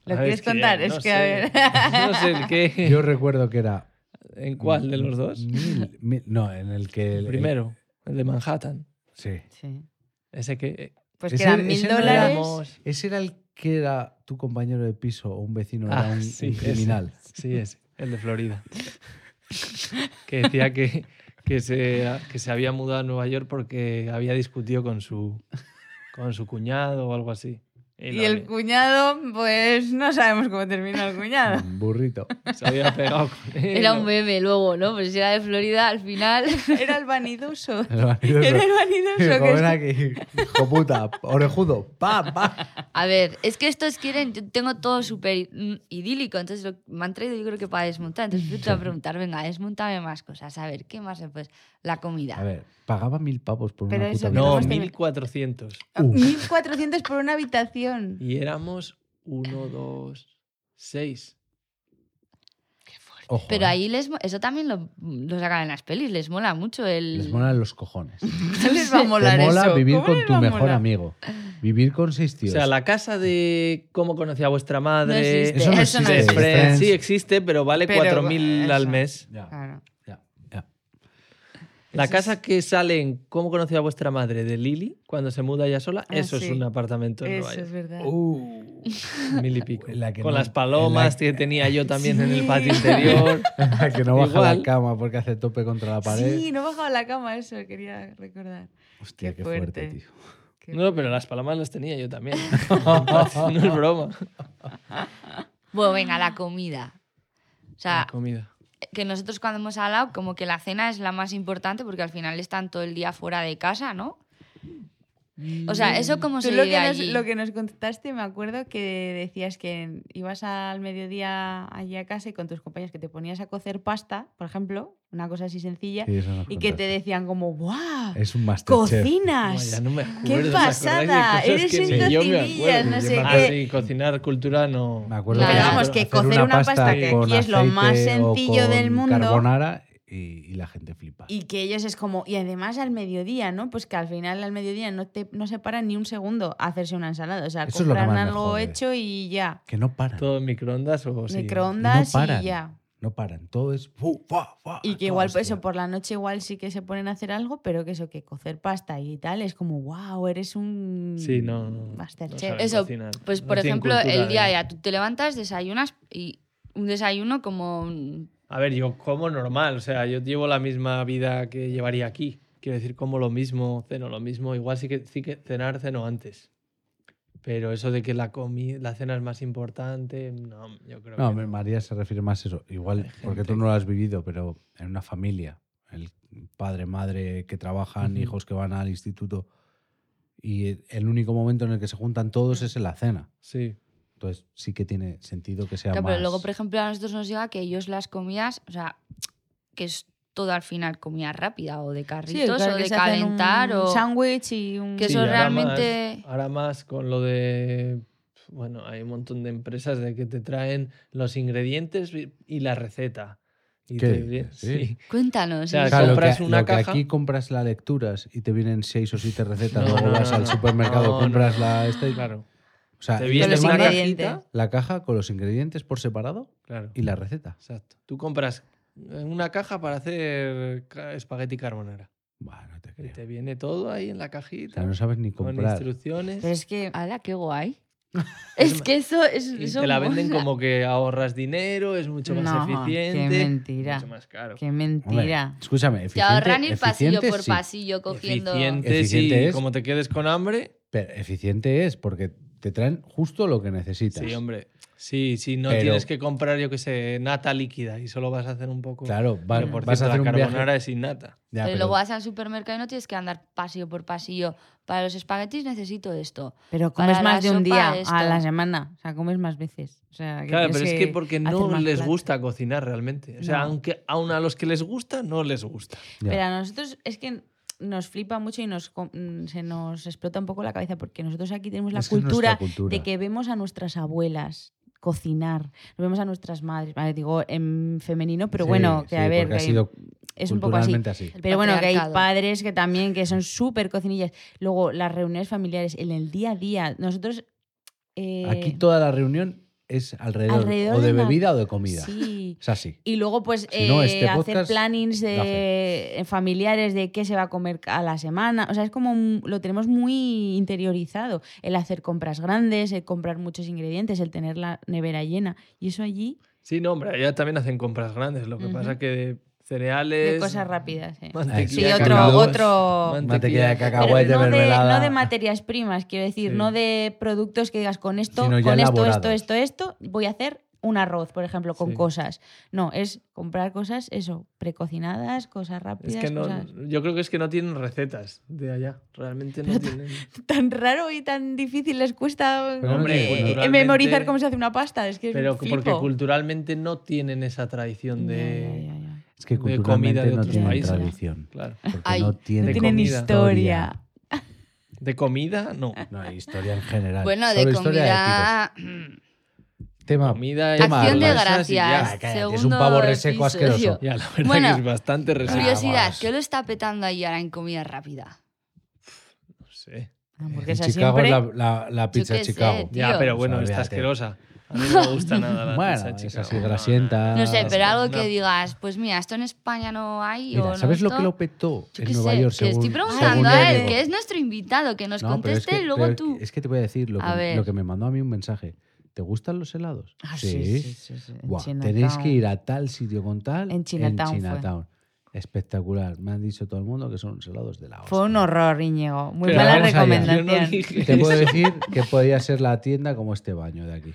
A: ¿Lo
B: A ver,
A: quieres
B: Ah, es que
A: contar?
B: no
A: es que,
B: sé.
A: a ver...
B: No sé el qué.
D: Yo recuerdo que era.
B: ¿En cuál de los dos?
D: Mil- mil- no, en el que.
B: El
D: el-
B: primero, el de Manhattan.
D: sí.
A: Sí.
B: Ese que. eh,
A: Pues
D: Ese-
A: que eran
D: ese
A: mil
D: no era-
A: dólares.
B: Éramos-
D: Ese era el que era tu compañero de piso o un vecino,
B: Ah,
D: era un,
B: sí,
D: un
B: ese.
D: criminal.
B: Sí, ese. El de Florida. que decía que, que, se, que se había mudado a Nueva York porque había discutido con su, con su cuñado o algo así.
A: Y el cuñado, pues no sabemos cómo terminó el cuñado.
D: Burrito.
B: Se había pegado con él.
C: Era un meme luego, ¿no? Pues si era de Florida, al final.
A: Era el vanidoso.
D: El vanidoso.
A: Era el vanidoso. que
D: Digo, ven
A: es-
D: aquí, hijo puta, orejudo, pa, pa.
C: A ver, es que estos quieren. Yo tengo todo súper mm, idílico, entonces lo, me han traído yo creo que para desmontar. Entonces yo te voy a preguntar, venga, desmontame más cosas. A ver, ¿qué más? se puede? La comida.
D: A ver, pagaba mil pavos por
A: Pero
D: una
A: eso
D: puta
B: No,
A: Tenemos que-
B: 1400.
D: Uh.
A: 1400 por una habitación.
B: Y éramos uno, dos, seis.
D: Ojo,
C: Pero
D: eh,
C: ahí les, mo- eso también lo, lo sacan en las pelis, les mola mucho el...
D: Les molan los cojones.
A: ¿Qué les va a molar
D: Te mola
A: eso?
D: vivir
A: ¿Cómo
D: con
A: les
D: tu
A: va a
D: mejor
A: molar?
D: amigo. Vivir con seis
B: O
D: tíos.
B: sea, la casa de cómo conocí a vuestra madre.
C: No existe.
D: Eso no
A: Eso no
B: de
D: existe.
B: Friends.
D: Friends.
B: Sí, existe, pero vale
A: Pero,
B: 4.000 al
A: eso.
B: mes.
D: Ya,
A: Claro.
D: ya, ya.
B: La
A: Eso
B: casa que sale en Cómo conocí a vuestra madre de Lily, cuando se muda ella sola,
A: Ah,
B: eso es
A: sí.
B: un apartamento en
A: Eso
B: Nueva
A: es
B: York.
A: verdad.
D: Uh,
B: Uh. Mil y pico.
D: La que
B: Con
D: no-
B: las palomas
D: la
B: que tenía yo también en el
A: Sí.
B: patio interior.
D: que no baja
B: Igual.
D: la cama porque hace tope contra la pared.
A: Sí, no bajaba la cama, eso quería recordar.
D: Hostia,
A: qué
D: qué, fuerte.
A: fuerte.
D: tío.
A: Que-
B: No, pero las palomas las tenía yo también. no es broma.
C: Bueno, venga, la comida. O
B: La
C: sea,
B: comida.
C: que nosotros cuando hemos hablado, como que la cena es la más importante porque al final están todo el día fuera de casa, ¿no? O sea, eso como
A: Tú
C: se
A: lo
C: vive
A: que, nos,
C: allí.
A: lo que nos contaste, me acuerdo que decías que ibas al mediodía allí a casa y con tus compañeros que te ponías a cocer pasta, por ejemplo, una cosa así sencilla,
D: Sí, eso nos
A: y que te
D: contaste.
A: decían como, ¡guau!
D: Es un masterchef.
B: Vaya,
A: ¡Cocinas!
B: no me acuerdo.
A: ¡Qué
B: ¿os acordáis de
A: pasada!
B: cosas
A: Eres
B: que
A: un
B: ni yo me
A: cocinillas,
B: acuerdo?
A: no
D: Yo
A: sé
D: me
B: Ah,
A: qué.
B: sí, cocinar cultura no.
D: Me acuerdo
C: Pero
D: que
C: vamos,
D: hacer-
A: que
D: hacer
A: cocer una pasta, que
D: con
A: aquí es lo más
D: aceite o
A: sencillo del
D: con
A: mundo.
D: Carbonara y, y la gente flipa.
A: Y que ellos es como, y además al mediodía, ¿no? Pues que al final al mediodía no, te, no se para ni un segundo a hacerse una ensalada. O sea,
D: Eso es lo que
A: compran
D: más me
A: algo
D: jode.
A: hecho y ya.
D: Que no paran.
B: Todo en microondas o Pues sí.
A: Microondas
D: No
A: y
D: paran. Ah,
A: ya.
D: No paran. Todo es. fu, fua, fua,
A: Y que
D: todo
A: igual,
D: es
A: pues, eso,
D: tío.
A: por la noche igual sí que se ponen a hacer algo, pero que eso, que cocer pasta y tal, es como, wow, eres un
B: Sí, no, no, no
A: masterchef.
B: saben
C: Eso,
B: cocinar.
C: Pues,
B: No
C: por
B: tienen
C: ejemplo,
B: cultura
C: el día
B: de-
C: ya tú te levantas, desayunas y un desayuno como... un-
B: A ver, yo como normal, o sea, yo llevo la misma vida que llevaría aquí. Quiero decir, como lo mismo, ceno lo mismo. Igual sí que, sí que cenar, ceno antes. Pero eso de que la, comi- la cena es más importante, no, yo creo que
D: No, hombre, María se refiere más a eso. Igual, porque tú
B: gente
D: no lo has vivido, pero en una familia, el padre, madre que trabajan,
B: Ujú.
D: hijos que van al instituto, y el único momento en el que se juntan todos es en la cena.
B: Sí.
D: Entonces sí que tiene sentido que sea
C: Claro,
D: más...
C: pero luego, por ejemplo, a nosotros nos llega que ellos las comidas, o sea, que es todo al final comida rápida o de carritos
A: claro,
C: o
A: que
C: de
A: se hacen
C: calentar
A: un
C: o...
A: sándwich y un...
C: que
B: Sí,
C: eso
B: ahora
C: realmente-
B: más- ahora más con lo de. Bueno, hay un montón de empresas de que te traen los ingredientes y- y la receta. Y
D: ¿Qué
B: te-
D: dices? Sí.
B: sí.
C: Cuéntanos.
B: O sea,
C: eso.
D: Claro, lo que-
B: compras una
D: lo que
B: caja.
D: aquí compras las lecturas y te vienen seis o siete recetas,
B: No,
D: luego
B: no,
D: vas
B: no,
D: al
B: no.
D: supermercado,
B: No, no,
D: compras
B: no.
D: la esta y-
B: Claro.
D: O sea,
B: Te
D: ellos
B: viene
D: te
A: los
B: una
D: mandan
A: ingredientes.
B: cajita.
D: la caja con los ingredientes por separado
B: Claro.
D: y la receta.
B: Exacto. Tú compras una caja para hacer ca- espagueti carbonara.
D: Bueno, no te
B: Y
D: creo.
B: te viene todo ahí en la
D: O
B: cajita.
D: sea, no sabes ni
B: con
D: comprar.
B: instrucciones.
A: Pero es que...
C: ¡Hala, qué guay! es que eso es...
B: Y
C: eso
B: te la venden
C: mola.
B: como que ahorras dinero, es mucho más
A: No,
B: eficiente.
A: qué mentira.
B: Mucho más caro.
A: ¡Qué
D: Hombre,
A: mentira!
D: escúchame,
C: Te
D: eficiente,
C: ahorran ir pasillo
D: eficiente
C: por
D: sí,
C: pasillo cogiendo...
B: Eficiente, sí.
D: Eficiente es-
B: Como te quedes con hambre.
D: pero eficiente es porque te traen justo lo que necesitas.
B: Sí, hombre. Sí, sí, no
D: Pero-
B: tienes que comprar, yo qué sé, nata líquida y solo vas a hacer un poco.
D: Claro, va-
B: Pero, por
D: vas
B: cierto,
D: a hacer
B: la
D: un viaje.
B: carbonara es sin nata.
D: Ya,
C: pero
D: pero-
C: luego vas al supermercado y no tienes que andar pasillo por pasillo. Para los espaguetis necesito esto.
A: Pero
C: Para
A: comes
C: la
A: más de un
C: sopa
A: día
C: esto.
A: a la semana. O sea, comes más veces. O sea, que
B: Claro,
A: tienes
B: pero es que porque
A: hacer
B: no
A: más
B: les
A: platos.
B: gusta cocinar realmente. O sea,
A: No.
B: aunque aun a los que les gusta, no les gusta.
D: ya.
A: Pero a nosotros es que nos flipa mucho y nos, com- mm, se nos explota un poco la cabeza porque nosotros aquí tenemos la
D: Es que es
A: cultura,
D: nuestra cultura.
A: de que vemos a nuestras abuelas cocinar, vemos a nuestras madres, vale, digo en femenino, pero
D: Sí,
A: bueno, que
D: sí,
A: a ver,
D: porque ha
A: que
D: sido
A: es un poco así.
D: culturalmente así.
A: Pero bueno, que hay
C: patriarcado.
A: padres que también que son súper cocinillas. Luego, las reuniones familiares, en el día a día, nosotros... eh,
D: Aquí toda la reunión es alrededor,
A: alrededor
D: o de
A: de la-
D: bebida o de comida.
A: Sí.
D: Es así.
A: Y luego, pues,
D: Si no,
A: eh,
D: este
A: hacer
D: podcast,
A: plannings de familiares de qué se va a comer a la semana. O sea, es como un- lo tenemos muy interiorizado. El hacer compras grandes, el comprar muchos ingredientes, el tener la nevera llena. Y eso allí.
B: Sí, no, hombre, allá también hacen compras grandes. Lo que
A: Ujú.
B: pasa que cereales.
A: De cosas rápidas. sí. Sí,
B: mantequilla
D: Mantequilla de
A: otro,
B: cacahuetes,
A: otro.
B: mantequilla
D: Mantequilla de
A: Pero
D: cacahuete,
A: no, de,
D: mermelada.
A: no de materias primas, quiero decir,
B: Sí.
A: no de productos que digas con esto,
D: Sino ya
A: con esto,
D: elaborados.
A: esto, esto, esto, voy a hacer un arroz, por ejemplo, con
B: Sí.
A: cosas. No, es comprar cosas, eso, precocinadas, cosas
B: Es
A: rápidas,
B: que no,
A: cosas-
B: yo creo que es que no tienen recetas de allá. Realmente no tienen.
A: Tan raro y tan difícil les cuesta
D: Pero
B: Hombre,
D: no tiene-
A: eh,
B: culturalmente-
A: memorizar cómo se hace una pasta, es que
B: Pero
A: flipo.
B: porque culturalmente no tienen esa tradición
A: Ya,
B: de.
A: ya, ya, ya.
D: Es que
B: de comida
D: culturalmente
B: de
D: no
B: otros
D: tienen
A: países.
D: tradición.
B: Claro.
D: Porque
C: Ay,
D: no
C: no
D: tienen,
A: No
B: de
A: tienen
B: comida.
A: historia.
B: De comida, no.
D: No, hay historia en general.
C: Bueno,
D: Solo
C: de
D: historia de
C: comida.
D: tipos. Tema.
B: Comida armas,
D: Acción de
B: y ya.
C: gracias.
D: Ah, cállate, es un
C: Segundo
D: pavo reseco
C: episodio.
D: asqueroso.
B: Ya, la verdad
C: Bueno,
B: que es bastante resuelto.
C: Curiosidad,
D: Ah, Vamos.
C: ¿qué lo está petando ahí ahora en comida rápida?
B: No sé.
D: En
A: Hamburguesas
D: Chicago es
A: siempre.
D: la, la- la pizza
C: qué
D: de
C: sé,
D: Chicago.
C: tío.
B: Ya, pero bueno,
D: Olvídate.
B: está asquerosa. A mí no me gusta nada la
D: Bueno,
B: pizza de
D: es
B: Chicago.
D: así
B: No, no,
D: grasienta.
C: No sé,
D: Ah,
C: pero
B: sí.
C: algo
B: No.
C: que digas, pues mira, esto en España no hay. o
D: Mira,
C: no
D: ¿sabes lo
C: esto?
D: que lo petó
C: Yo
D: en
C: qué
D: Nueva
C: sé,
D: York
C: que estoy
D: según-
C: preguntando
D: según
C: a
D: Diego?
C: él, que es nuestro invitado, que nos
D: No, pero es
C: conteste
D: que-
C: luego
D: pero
C: tú.
D: Es que te voy a decir lo
C: A
D: que,
C: ver.
D: lo que me mandó a mí un mensaje. ¿Te gustan los helados?
A: Ah, sí, sí, sí, sí, en
D: Buah,
A: Chinatown.
D: tenéis que ir a tal sitio con tal.
A: En Chinatown fue.
D: Chinatown. Espectacular. Me han dicho todo el mundo que son unos helados de la hostia.
A: Fue un horror, Íñigo. Muy
B: Pero
A: mala
D: vamos allá.
A: recomendación.
B: Yo no dije
D: Te puedo
B: eso.
D: decir que podía ser la tienda como este baño de aquí.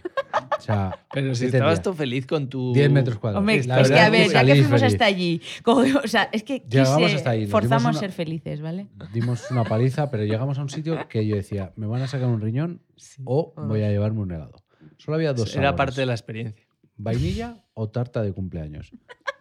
D: O sea,
B: Pero si
D: ¿qué
B: estabas tú
D: tendría?
B: feliz con tu.
D: 10 metros cuadrados.
A: Hombre,
B: La
A: es que
B: verdad
A: a
B: es que
A: ver, ya que
D: salís
A: fuimos
D: feliz.
A: hasta allí, como- o sea, es que quise-
D: Llegamos hasta ahí, nos dimos
A: forzamos
D: una-
A: ser felices, ¿vale?
D: Dimos una paliza, pero llegamos a un sitio que yo decía, me van a sacar un riñón
A: Oh.
D: o voy a llevarme un helado. Solo había dos
B: Era
D: sabores,
B: parte de la experiencia.
D: vainilla o tarta de cumpleaños.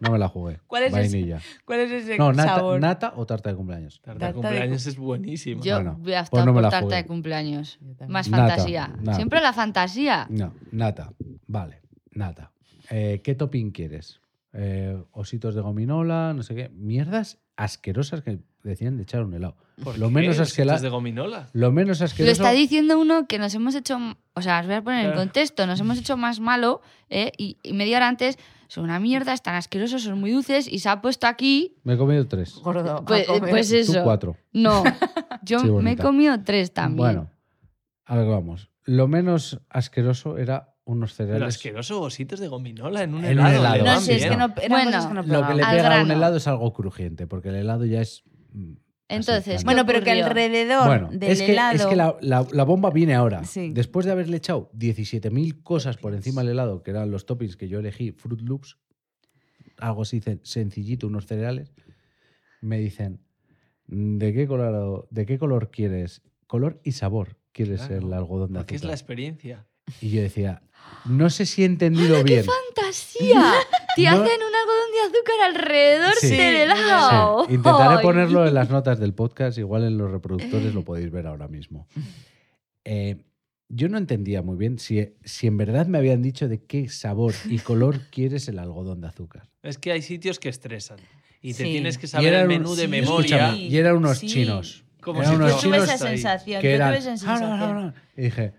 D: No me la jugué.
A: ¿Cuál es ese
D: vainilla.
A: ¿Cuál es ese
D: No, nata,
A: sabor?
D: nata o tarta de cumpleaños.
B: Tarta
A: Tarta de
B: de cumpleaños es buenísima.
C: Yo
D: Bueno,
C: voy a
D: pues
C: estar
D: no me
C: por
D: la
C: tarta
D: jugué.
C: de cumpleaños.
A: Yo también.
C: Más
D: Nata,
C: fantasía.
D: nata.
C: Siempre la fantasía.
D: No, nata. Vale, nata. Eh, ¿Qué topping quieres? Eh, ositos de gominola, no sé qué. Mierdas asquerosas que decían de echar un helado.
B: ¿Por
D: Lo
B: qué?
D: menos,
B: Esto
D: asquela-
B: es de gominola.
D: lo menos
C: Lo
D: asqueroso.
C: está diciendo uno que nos hemos hecho, o sea, os voy a poner en
B: Claro.
C: contexto, nos hemos hecho más malo ¿eh? y, y media hora antes son una mierda, están asquerosos, son muy dulces y se ha puesto aquí,
D: Me he comido tres.
A: Gordo. a
C: pues,
A: comer.
C: pues
D: Tú
C: eso.
D: cuatro.
C: No, yo
D: Sí,
C: me he
D: bonita.
C: comido tres también.
D: Bueno, a ver, vamos. Lo menos asqueroso era unos
B: Pero
D: cereales.
B: asqueroso, ositos de gominola en un
D: En un
B: helado. ¿eh?
D: helado.
B: le
A: no
B: va
A: sé, es
B: bien.
A: que no, eran
C: Bueno,
A: cosas que no
D: Lo que
A: pegaban.
C: Al
D: le pega a un
C: grano.
D: helado es algo crujiente, porque el helado ya es. mm, así,
C: Entonces,
D: caliente.
A: Bueno, pero que
C: ocurrió?
A: alrededor
D: Bueno,
A: del
D: es que,
A: helado...
D: es que la, la- la bomba viene ahora.
A: Sí.
D: Después de haberle echado 17.000 cosas por encima del helado, que eran los toppings que yo elegí, Fruit Loops, algo así sen- sencillito, unos cereales, me dicen, ¿de qué color, de qué color quieres? Color y sabor quieres
B: Claro,
D: el algodón de
B: Porque es la
D: azúcar.
B: experiencia.
D: Y yo decía, no sé si he entendido bien.
C: ¡Fantasía! Te
D: No-
C: hacen un algodón de azúcar alrededor
D: Sí.
C: del
A: Sí,
C: helado.
D: Sí, Intentaré
C: Ay.
D: ponerlo en las notas del podcast, igual en los reproductores lo podéis ver ahora mismo. Eh, yo no entendía muy bien si, si en verdad me habían dicho de qué sabor y color quieres el algodón de azúcar.
B: Es que hay sitios que estresan. Y te
A: Sí.
B: tienes que
D: Y
B: saber
D: eran
B: el
D: un-
B: menú de
A: sí.
B: memoria.
A: Escúchame.
D: y eran unos
A: Sí.
D: chinos.
B: Como
D: Eran
B: si
D: unos
A: yo tuve
D: chinos
A: esa
B: ahí.
A: sensación,
D: que
A: yo
D: eran.
A: tuve esa sensación.
D: Y dije,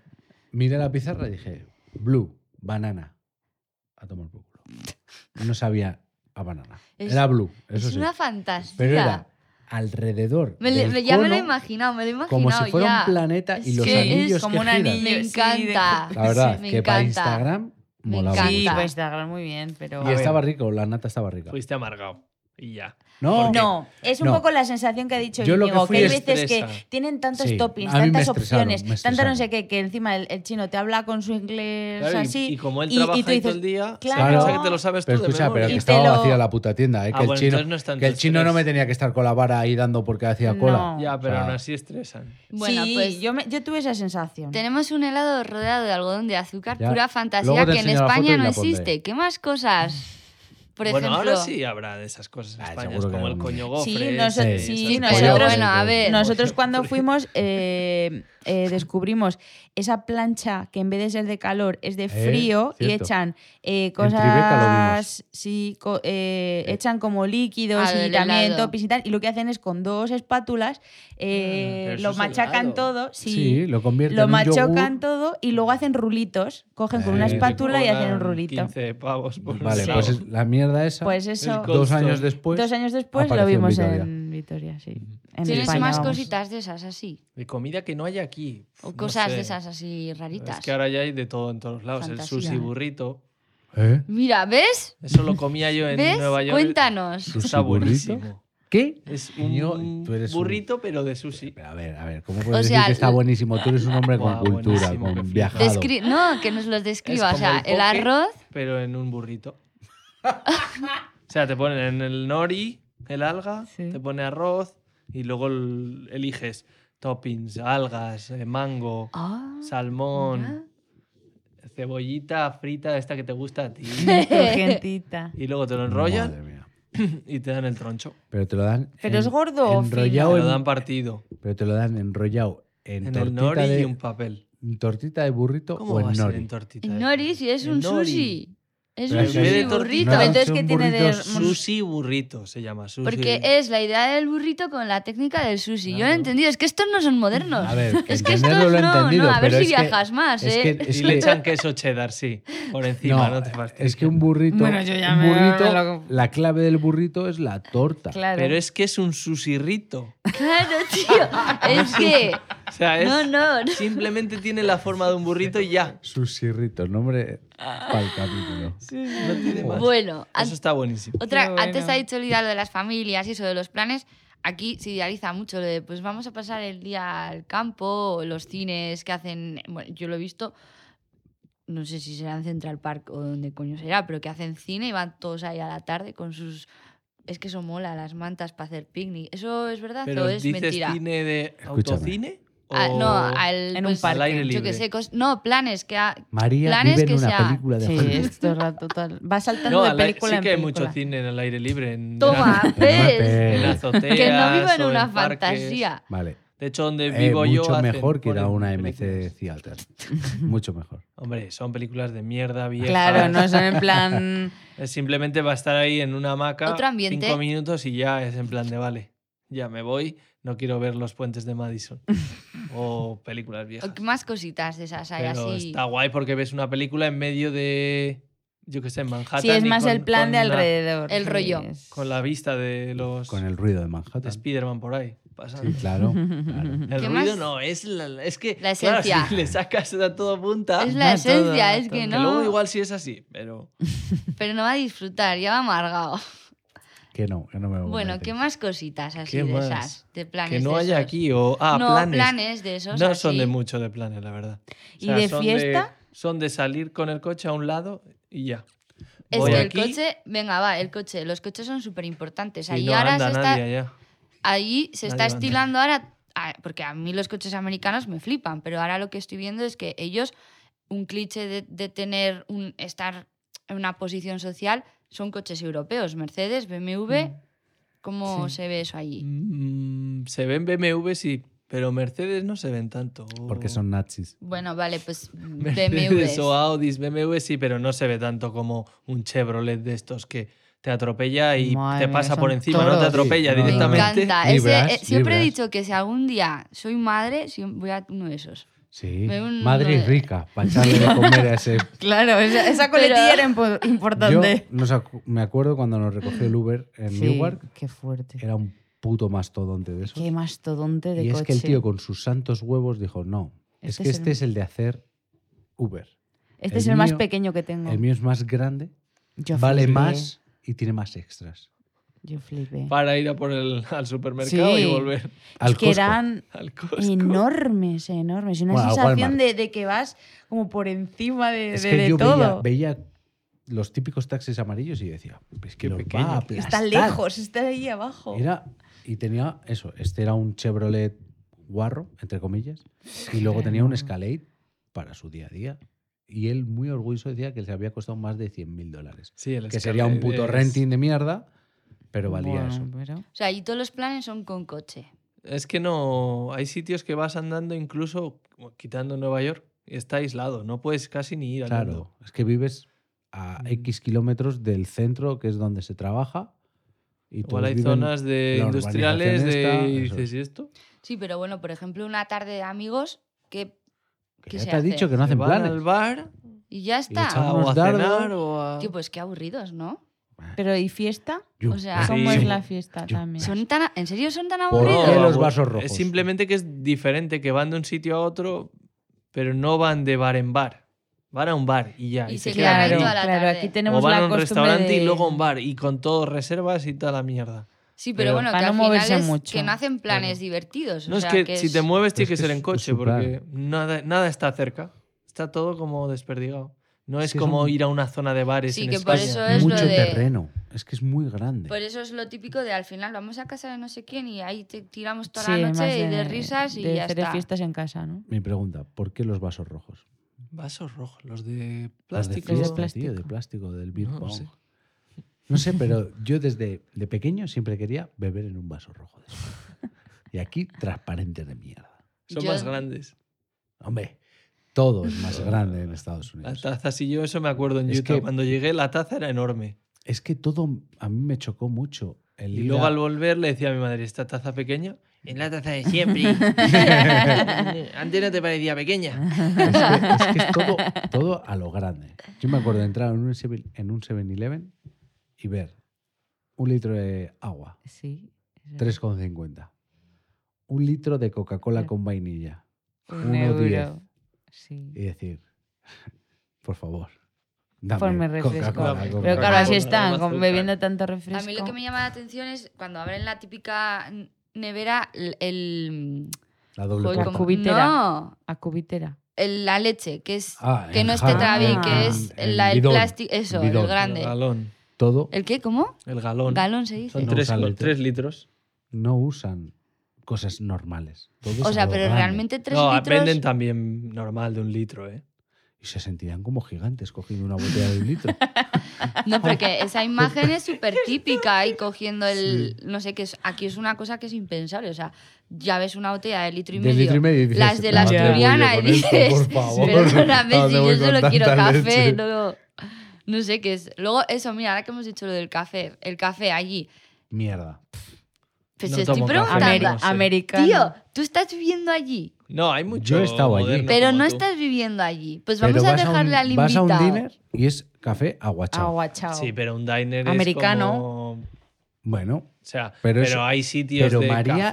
D: miré la pizarra y dije, blue, banana. A tomar por culo. No sabía a banana.
C: Es-
D: era blue, eso
C: Es
D: sí.
C: una fantasía.
D: Pero era alrededor.
C: Me-
D: del
C: me- ya me lo he
D: cono,
C: imaginado, me lo he imaginado
D: como si fuera
C: ya.
D: un planeta y
C: Es
D: los
C: que es
D: anillos
A: como
D: que
A: un
D: giran.
A: anillo.
C: Me
A: Sí,
C: encanta.
A: de-
D: La verdad,
C: Sí, me
D: que para
C: encanta.
D: Instagram
C: Me
D: molaba
A: Sí,
C: encanta.
D: mucho.
A: pues Instagram muy bien, pero...
D: Y estaba rico, la nata estaba rica.
B: Fuiste amargado. Y ya.
D: No,
A: No, es un
D: No.
A: poco la sensación que ha dicho
D: Yo lo que
A: Íñigo,
D: fui
A: que hay veces
B: estresa.
A: que tienen tantos
D: Sí,
A: toppings,
D: a mí me
A: tantas
D: estresaron,
A: opciones,
D: me
A: tanta no sé
D: estresaron.
A: qué, que encima el, el chino te habla con su inglés
B: Claro, y-
A: así.
B: y, como él
A: y- y
B: trabaja ahí
A: tú
B: todo
A: dices,
B: el día, se
A: "Claro".
B: piensa que te lo sabes
D: Pero
B: tú de
D: escucha, pero
B: memoria.
D: que
A: Y te
D: estaba
A: lo-
D: vacía la puta tienda, ¿eh?
B: Ah,
D: que el
B: bueno,
D: chino,
B: entonces no es tanto
D: que el chino no
B: estrés.
D: me tenía que estar con la vara ahí dando porque hacía cola.
A: No.
B: Ya, pero
D: O sea,
B: aún así estresan.
C: Bueno,
A: sí,
C: pues
A: yo, me- yo tuve esa sensación.
C: tenemos un helado rodeado de algodón de azúcar,
D: Ya.
C: pura
D: Luego
C: fantasía
D: te
C: que en
D: enseño la foto
C: España
D: y
C: no
D: la pondré.
C: existe. ¿Qué más cosas? Por
B: bueno,
C: ejemplo,
B: ahora sí habrá de esas cosas en
D: Ah,
B: España,
D: seguro que
B: como el
D: algún día.
B: coño gofre.
A: Sí, no sé-
B: esas
A: sí,
B: cosas.
A: nosotros-
C: pero bueno, a ver.
A: Nosotros
B: Ojo,
A: cuando
B: hombre.
A: fuimos eh, eh, descubrimos esa plancha que en vez de ser de calor es de frío y
D: Eh, cierto.
A: echan eh,
D: Tribeca lo vimos.
A: cosas, sí, co- eh, echan como líquidos
C: Ah,
A: y
C: del
A: también
C: helado.
A: topis y tal, y lo que hacen es con dos espátulas eh,
B: Ah, pero eso
A: lo
B: es
A: machacan
B: helado.
A: todo,
D: Sí,
A: sí,
D: lo convierte
A: lo
D: en un yogur.
A: machacan todo y luego hacen rulitos, cogen con
D: Eh,
A: una
D: te
A: espátula y hacen un
B: Cobran
A: rulito.
B: 15 pavos por un
D: Vale,
A: Sí.
B: helado.
D: pues es- la mierda esa,
A: Pues eso,
B: co-
D: dos
B: Cold
D: años
B: Stone.
D: después,
A: dos años después lo
D: apareció en
A: vimos
D: Vitoria.
A: en Vitoria, sí. En
C: tienes
A: España,
C: más
A: vamos.
C: cositas de esas así.
B: De comida que no hay aquí.
C: O
B: No
C: cosas
B: sé.
C: de esas así raritas.
B: Es que ahora ya hay de todo en todos lados. El
C: Fantasía,
B: sushi
C: ¿eh?
B: burrito.
D: ¿Eh?
C: Mira, ¿ves?
B: Eso lo comía yo en
C: ¿Ves?
B: Nueva York.
C: Cuéntanos.
D: ¿Sushi
B: Está
D: burrito?
B: buenísimo.
D: ¿Qué?
B: Es
D: Niño,
B: un
D: tú eres un-
B: burrito, pero de sushi.
D: Pero a ver, a ver, ¿cómo puedes
C: sea,
D: decir que está
C: el-
D: buenísimo? Tú eres un hombre con
B: Guau,
D: cultura,
B: buenísimo, que
D: con
B: flipas.
D: viajado.
C: Descri- no, que nos los describa.
B: Es
C: O
B: como
C: sea,
B: el
C: el
B: poke.
C: arroz.
B: Pero en un burrito. o sea, te ponen en el nori, el alga,
A: Sí.
B: te pone arroz y luego el- eliges toppings, algas, eh, mango,
C: Ah, mira.
B: salmón, cebollita frita, esta que te gusta a ti.
A: Gentita.
B: y luego te lo
D: Madre
B: enrollan
D: mía.
B: y te dan el troncho.
D: Pero te lo dan.
A: ¿Pero es gordo o
B: Te
D: enrollado
B: lo
D: en-
B: dan partido
D: Pero te lo dan enrollado en,
B: en el
D: tortita,
B: nori
D: de,
B: y un papel.
D: en tortita de burrito
B: ¿Cómo
D: o
B: va a
D: en
B: ser
D: nori.
B: en tortita?
C: En
B: de
C: nori,
B: papel?
C: si es
B: En
C: un
B: nori.
C: sushi. Es
B: Pero
C: un
B: es
C: sushi
B: de
C: burrito.
A: No,
D: Nada,
A: entonces,
D: son
A: ¿qué tiene de
D: burritos
A: mon-
B: Sushi burrito se llama. Sushi.
C: Porque es la idea del burrito con la técnica del sushi. Yo lo he
B: Claro.
C: entendido. Es que estos no son modernos.
D: A ver,
C: es que estos
D: entenderlo lo he
C: no,
D: entendido.
C: no. A ver
D: pero
C: si
D: es que-
C: viajas más,
D: es
C: ¿eh?
D: que- es
B: y
D: que-
B: le echan queso cheddar, sí, por encima, no, te fastidies.
D: es que un burrito,
A: Bueno, yo ya
D: un
A: me-
D: burrito,
A: me lo-
D: la clave del burrito es la torta.
A: Claro.
B: Pero es que es un sushirrito.
C: Claro, tío. Es que.
B: O sea, es,
C: No, no. no.
B: simplemente tiene la forma de un burrito y ya.
D: Sus chirritos, nombre para el capítulo.
B: No tiene
D: Pues
B: más.
C: Bueno, an-
B: Eso está buenísimo.
A: Qué
C: otra,
A: bueno.
C: antes ha dicho Lidia lo de las familias y eso de los planes. Aquí se idealiza mucho lo de, pues vamos a pasar el día al campo, o los cines que hacen. Bueno, yo lo he visto. No sé si será en Central Park o donde coño será, pero que hacen cine y van todos ahí a la tarde con sus. Es que eso mola, las mantas para hacer picnic. ¿eso es verdad
B: Pero
C: o es
B: dices
C: mentira?
B: cine de autocine o
C: Ah, no, al,
A: En un
C: pues,
A: parque.
B: al aire
A: yo
C: yo
B: libre.
C: que sé, cos- no, planes que ha-
D: María
C: Planes
D: vive
C: que
D: en una
C: sea-
D: película de
A: Sí,
D: Hollywood.
A: esto es rato total. Va saltando
B: No,
A: de
B: al aire-
A: película
B: sí que
A: en
B: hay mucho
A: película.
B: cine en el aire libre. En,
C: Toma,
B: en-
C: ves.
B: En
D: Pero-
B: azoteas
C: Que no vivo en
B: o
C: una
B: parques.
C: fantasía.
D: Vale.
B: De hecho, donde
D: Eh,
B: vivo yo.
D: mucho
B: hacen-
D: mejor que ir a
B: ponen
D: una MC
B: películas.
D: Theater. mucho mejor.
B: Hombre, son películas de mierda, viejas.
A: Claro, no son en plan.
B: Es simplemente va a estar ahí en una hamaca
C: Otro ambiente.
B: cinco minutos y ya es en plan de vale, ya me voy, no quiero ver los puentes de Madison o películas viejas.
C: o que más cositas de esas hay
B: Pero
C: así.
B: está guay porque ves una película en medio de, yo qué sé, en Manhattan.
A: Sí, es
B: y
A: más
B: con-
A: el plan
B: con
A: de
B: la-
A: alrededor.
C: el
A: sí,
C: rollo.
A: es-
B: con la vista de los
D: Con el ruido de
B: de
D: Manhattan.
B: Spider-Man por ahí. pasando.
D: Sí, claro. claro.
B: El
C: ¿Qué
B: ruido
C: más?
B: no, es, la- es que
C: La
B: claro,
C: esencia.
B: si le sacas a todo punta.
C: Es la
B: a todo,
C: esencia,
B: a
C: es que
B: todo.
C: no.
B: Luego igual sí es así, pero
C: Pero no va a disfrutar, ya va amargado.
D: Que no, que no me voy a
C: Bueno,
D: meter.
C: ¿qué más cositas así
B: ¿Qué
C: de
B: más?
C: esas? De planes.
B: que no
C: de
B: haya
C: esos.
B: aquí o ah,
C: no,
B: planes.
C: de esos.
B: No son
C: así.
B: de mucho de planes, la verdad.
A: ¿Y de
B: son
A: fiesta?
B: son de salir con el coche a un lado y ya.
C: Es
B: Voy
C: que el
B: aquí
C: coche, venga, va, el coche. Los coches son súper importantes.
B: y
C: Ahí
B: no
C: ahora
B: anda
C: se está.
B: nadie allá.
C: ahí se está
B: Nadie va a
C: estilando ahora, a- porque a mí los coches americanos me flipan, pero ahora lo que estoy viendo es que ellos, un cliché de, de tener un estar en una posición social, son coches europeos, Mercedes, BMW. ¿Cómo
A: Sí.
C: se ve eso allí?
B: Mm, se ven BMW sí, pero Mercedes no se ven tanto.
D: Porque son nazis.
C: Bueno, vale, pues BMW.
B: Mercedes o Audis, BMW sí, pero no se ve tanto como un Chevrolet de estos que te atropella y
A: Madre
B: te
A: mía,
B: pasa
A: son
B: por encima, no te
A: toros.
B: atropella
D: Sí, no,
C: Me
D: no.
B: directamente.
C: encanta. Ese-
D: Libras,
C: eh, siempre he
D: libras.
C: dicho que si algún día soy madre, si- voy a uno de esos.
D: Sí.
C: Ve un-
D: Madre es rica, para echarle de comer a ese.
A: Claro, esa, esa coletilla era impo-
D: Yo
A: importante.
D: nos acu- me acuerdo cuando nos recogió el Uber en
A: Sí,
D: Newark,
A: qué fuerte.
D: era un puto mastodonte de eso.
A: Qué mastodonte de
D: Y es
A: coche.
D: que el tío con sus santos huevos dijo, no, es
A: Este
D: que
A: es el
D: este es el de hacer Uber.
A: este
D: el
A: es el más
D: mío-
A: pequeño que tengo.
D: El mío es más grande,
A: Yo
D: vale
A: flipé,
D: más y tiene más extras.
A: Yo flipé.
B: Para ir a por el al supermercado
A: Sí.
B: y volver
D: Al
A: es que
D: Costco.
A: eran
B: al Costco.
A: enormes, enormes. Y Una
D: Bueno, al
A: sensación
D: Walmart.
A: de, de que vas como por encima de,
D: Es
A: de-
D: que
A: de
D: yo veía,
A: todo.
D: veía los típicos taxis amarillos y decía, es que
B: Qué
D: los va
B: pequeño.
D: a
A: está
D: aplastar".
A: lejos, está ahí abajo.
D: Era, y tenía eso, este era un Chevrolet guarro, entre comillas, y luego tenía un Escalade para su día a día. Y él muy orgulloso decía que le había costado más de 100 mil dólares.
B: Sí, el
D: Que sería un puto
B: escalera es-
D: renting de mierda, pero valía
A: Bueno,
D: eso.
A: pero-
C: O sea, allí todos los planes son con coche.
B: Es que no. Hay sitios que vas andando, incluso quitando Nueva York, y está aislado. No puedes casi ni ir andando.
D: Claro, es que vives
B: Mm.
D: a X kilómetros del centro, que es donde se trabaja. Y todos
B: Igual hay
D: viven-
B: zonas de
D: la
B: industriales de.
D: urbanización esta,
B: y
D: eso
B: dices, ¿y esto?
C: Sí, pero bueno, por ejemplo, una tarde de amigos que
D: que
C: ¿qué
D: ya
C: se
D: te ha
C: hace?
D: dicho que
B: Se
D: no hacen
B: van
D: planes.
B: al bar
C: y ya
D: Y echan
C: está.
B: a- o
D: unos
B: a
D: dardos.
B: cenar o a.
C: Tío, pues qué aburridos, ¿no?
A: Pero ¿y fiesta?
D: Yo-
C: o sea,
A: ¿Cómo es
B: Sí.
A: la fiesta
D: Yo-
A: también?
C: Ah. Son tan, ¿En serio son tan
D: ¿Por
C: aburridos?
D: qué
B: No,
D: los
B: bu-
D: vasos rojos?
B: Es simplemente que es diferente, que van de un sitio a otro, pero no van de bar en bar. Van a un bar y ya.
C: Y se quedan ahí
A: Claro,
C: toda la
A: claro,
C: tarde.
A: aquí
B: o
A: tenemos
B: van
A: la
B: a un
A: costumbre
B: restaurante y
A: de-
B: luego a un bar y con todo reservas y toda la mierda.
C: Sí, pero,
B: Pero
C: bueno, que
A: para
C: al
A: no
C: final
A: moverse
C: es
A: mucho.
C: que no hacen planes divertidos. o
B: No es
C: sea,
B: que, si
C: es-
B: te mueves
D: Pero
B: tiene
D: es
B: que
D: que
B: ser
D: es-
B: en
D: es
B: coche
D: su plan.
B: porque nada, nada está cerca. Está todo como desperdigado. No es
D: que es
B: como
D: un-
B: ir a una zona de bares
C: Sí,
B: en
C: que por
B: España.
C: eso es- lo
D: Mucho
C: de-
D: terreno. Es que es muy grande.
C: Por eso es lo típico de al final vamos a casa de no sé quién y ahí te tiramos toda
A: Sí,
C: la
A: más
C: noche y de risas y
A: de
C: ya
A: hacer
C: está.
A: fiestas en casa, ¿no?
D: Mi pregunta, ¿por qué los vasos rojos?
B: Vasos rojos, los de
D: Los
B: plástico.
D: de
A: Los de
D: fiesta, tío, de
A: plástico.
D: plástico, del beer
B: No, no
D: pong.
B: sé.
D: No sé, pero yo desde de pequeño siempre quería beber en un vaso rojo. de esos. y aquí, transparente de mierda.
B: Son
C: Yo-
B: más grandes.
D: Hombre, todo es más grande en Estados
B: Las
D: Unidos.
B: tazas y yo eso me acuerdo en
D: Es
B: Utah.
D: que-
B: Cuando llegué la taza era enorme.
D: Es que todo a mí me chocó mucho. El
B: Y
D: ir
B: luego
D: a-
B: al volver le decía a mi madre, ¿esta taza pequeña? Es la taza de siempre. Antes no te parecía pequeña.
D: es, que, es que es todo, todo a lo grande. Yo me acuerdo de entrar en un 7 en un 7-Eleven y ver un litro de agua,
A: Sí. eso es.
D: 3,50. Un litro de Coca-Cola con vainilla.
A: Un
D: uno
A: euro.
D: diez.
A: Sí. Pues
D: y decir, por favor, dame
A: Ponme refresco.
D: Coca-Cola,
B: Pero
A: Pero
D: Coca-Cola".
A: claro, así
B: Coca-Cola,
A: están,
B: con
A: con-
B: azúcar.
A: bebiendo tanto refresco.
C: A mí lo que me llama la atención es cuando abren la típica nevera, el... el
D: La doble
C: joder,
A: La
D: copa.
C: ¿cómo?
A: cubitera.
C: No,
A: A cubitera.
C: el- la leche, que es...
D: Ah,
C: que
D: en
C: no es
D: jarra,
C: tetravi,
A: en-
C: que es
D: en
C: la, el
D: bidón,
C: plástico, eso,
D: bidón.
C: el grande.
B: El galón.
D: Todo
C: ¿El qué? ¿Cómo?
B: El galón.
C: Galón se dice.
B: Son
D: No
B: tres,
D: usa
B: los
D: litro.
B: tres litros.
D: no usan cosas normales. todo es
C: O
D: a
C: sea,
D: lo
C: pero
D: grande.
C: realmente tres
B: no,
C: litros...
B: venden también normal de un litro, ¿eh?
D: Y se sentirán como gigantes cogiendo una botella de un litro.
C: No, porque esa imagen es súper típica y cogiendo el. No sé, que es, aquí es una cosa que es impensable. O sea, ya ves una botella de litro y
D: De
C: medio.
D: litro y medio y dices,
C: las de la
D: "¿A dónde voy yo
C: asturiana y
D: con esto,
C: dices.
D: por favor?
C: Perdóname
D: ¿A dónde
C: si yo
D: voy con
C: solo quiero
D: tanta leche?".
C: café. No, no sé qué es. Luego, eso, mira, ahora que hemos dicho lo del café. El café allí.
D: Mierda.
C: Pues
B: No
C: estoy
B: tomo café,
C: preguntando.
B: no sé.
A: Americano.
C: Tío, tú estás viviendo allí,
B: No, hay mucho.
D: Yo he estado allí.
B: moderno
C: pero
B: como
C: no
B: tú.
C: estás viviendo allí. Pues vamos
D: Pero
C: a
D: vas
C: dejarle
D: a
C: al
D: un,
C: invitado.
D: Vas a un dinner y es café aguachado.
A: Aguachao.
B: Sí, pero un diner
A: Americano.
B: es como...
D: Bueno,
B: O sea,
D: Pero
B: pero,
D: eso-
B: hay sitios
D: pero
B: de
D: María es lo-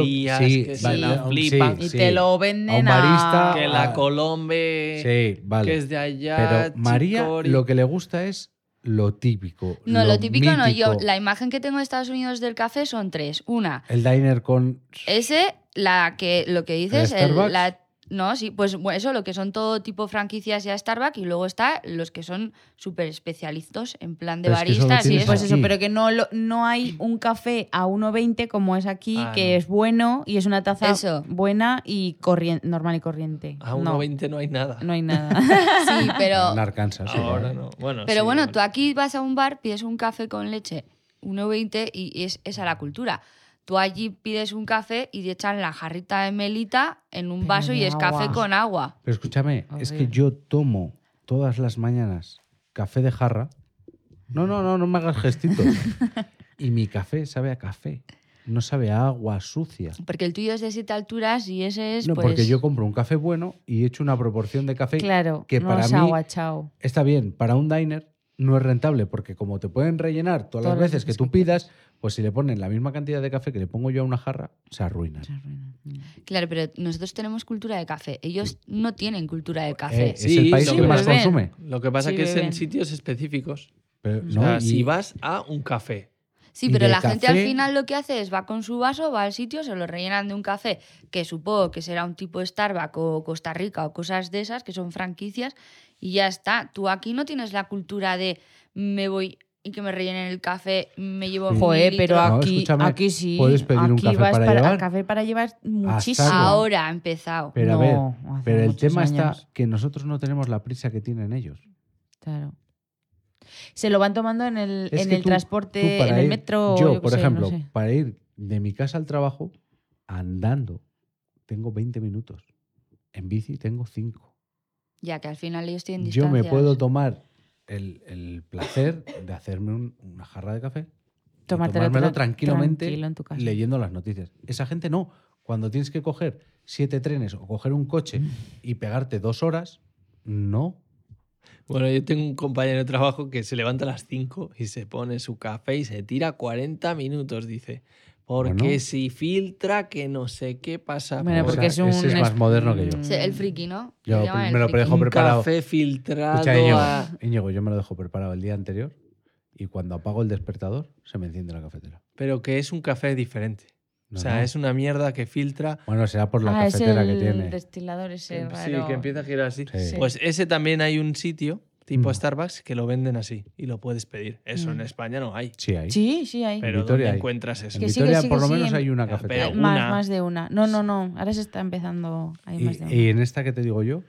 B: cafeterías
D: sí,
B: que se
C: vale,
B: la
D: sí,
B: flipan.
A: y
D: sí.
A: te lo
D: A un
A: venden
D: barista,
B: Que
A: a-
B: la
D: Ah.
B: Colombe,
D: sí, vale.
B: Eh, que es de allá.
D: pero María
B: Chicori.
D: lo que le gusta es lo típico.
C: No, lo, típico no. Yo,
D: mítico.
C: la imagen que tengo de Estados Unidos del café son tres. Una,
D: El diner con...
C: Ese, la que lo que dices, el-
D: Starbucks?
C: la, no, sí, pues bueno, eso, lo que son todo tipo franquicias ya Starbucks y luego está los que son súper especialistas en plan de
D: Pero es que eso lo
C: baristas y
D: tienes
C: eso.
A: Pues eso,
D: Sí.
A: pero que no, lo- no hay un café a 1,20 como es aquí,
B: Ah,
A: que
B: no.
A: es bueno y es una taza
C: Eso.
A: buena y corriente, normal y corriente.
B: A
A: no,
B: 1,20 no. hay nada.
A: no hay nada.
C: Sí, pero,
D: en Arkansas. sí,
B: Ahora
D: ¿eh?
B: no. Bueno,
C: pero
B: sí,
C: bueno, tú aquí vas a un bar, pides un café con leche, 1,20 y es esa la cultura. Tú allí pides un café y te echan la jarrita de melita en un
A: Pero
C: vaso y
A: de
C: es café
A: agua.
C: con agua.
D: Pero escúchame, es que
A: Horrible.
D: yo tomo todas las mañanas café de jarra. No, no, no, no me hagas gestitos. y mi café sabe a café. No sabe a agua sucia.
C: Porque el tuyo es de siete alturas y ese es
D: No,
C: pues,
D: porque yo compro un café bueno y echo una proporción de café.
A: claro,
D: que
A: no
D: para
A: es
D: mí-
A: aguachao.
D: Está bien, para un diner no es rentable porque como te pueden rellenar todas las
A: Todas las
D: veces que
A: veces
D: tú
A: que quieras.
D: pidas, pues si le ponen la misma cantidad de café que le pongo yo a una jarra, se arruinan.
C: Claro, pero nosotros tenemos cultura de café. Ellos no tienen cultura de café.
D: Eh, es
B: Sí,
D: el país
B: sí,
D: que más
A: beben.
D: consume.
B: Lo que pasa
A: Sí,
B: que es
A: beben.
B: en sitios específicos.
D: Pero,
B: o
D: no,
B: sea,
D: y-
B: si vas a un café.
C: Sí,
D: Y
C: pero
D: de
C: la gente al
D: café-
C: final lo que hace es va con su vaso, va al sitio, se lo rellenan de un café, que supongo que será un tipo Starbucks o Costa Rica o cosas de esas, que son franquicias, y ya está. Tú aquí no tienes la cultura de me voy y que me rellenen el café, me llevo...
D: Sí.
C: un
A: Joder,
C: litro".
A: pero
D: No,
A: aquí,
D: escúchame,
A: aquí sí.
D: puedes pedir un
A: aquí
D: café
A: vas
D: para llevar.
A: al café para llevar muchísimo.
D: saco.
C: Ahora ha empezado.
D: Pero a
A: No,
D: ver,
A: hace
D: Pero el
A: muchos
D: tema
A: años.
D: está que nosotros no tenemos la prisa que tienen ellos.
A: Claro. Se lo van tomando en el,
D: Es
A: en
D: que
A: el
D: tú-
A: transporte,
D: Tú para
A: en el
D: ir-
A: metro. o
D: Yo,
A: qué
D: por
A: sé, no
D: ejemplo,
A: sé.
D: para ir de mi casa al trabajo andando, tengo 20 minutos. En bici tengo 5.
C: Ya que al final ellos tienen
D: Yo me
C: distancias.
D: puedo tomar el, el placer de hacerme un- una jarra de café, y
A: Tomártelo
D: tomármelo
A: tra-
D: tranquilamente
A: tranquilo en tu casa.
D: leyendo las noticias. Esa gente no. Cuando tienes que coger siete trenes o coger un
A: Mm.
D: coche y pegarte dos horas, no.
B: Bueno, yo tengo un compañero de trabajo que se levanta a las 5 y se pone su café y se tira 40 minutos, dice, Porque
D: Bueno.
B: si filtra, que no sé qué pasa.
A: Bueno,
D: O
B: por
A: porque
D: sea,
A: es un.
D: ese es más moderno que yo.
A: Mm,
C: Sí, el friki, ¿no?
D: Yo
C: Le llaman el
D: me lo
C: friki.
D: dejo
B: un
D: preparado.
B: café filtrado
D: Escucha, Íñigo,
B: a-
D: Íñigo, yo me lo dejo preparado el día anterior y cuando apago el despertador se me enciende la cafetera.
B: Pero que es un café diferente.
D: No,
B: o sea,
D: no.
B: es una mierda que filtra.
D: Bueno, será por la
A: ah,
D: cafetera
A: es
D: que
A: el
D: tiene. Eh,
A: destilador ese
B: que-
A: raro.
B: Sí, que empieza a girar así.
D: Sí.
A: Sí.
B: Pues ese también hay un sitio tipo
D: Mm.
B: Starbucks que lo venden así y lo puedes pedir. Eso en
A: Mm.
B: España no hay.
D: Sí, ahí.
A: Sí, sí, hay.
B: Pero
D: Vitoria
B: ¿dónde
D: hay.
B: encuentras eso?
D: En
A: Que sí, que
D: Vitoria
A: sí, que
D: por lo
A: sí,
D: menos
A: en-
D: hay una
B: Pero
D: cafetera.
A: Hay
B: una.
A: más, más de una. No, no, no. Ahora se está empezando. Hay más de una.
D: Y, y en esta que te digo yo,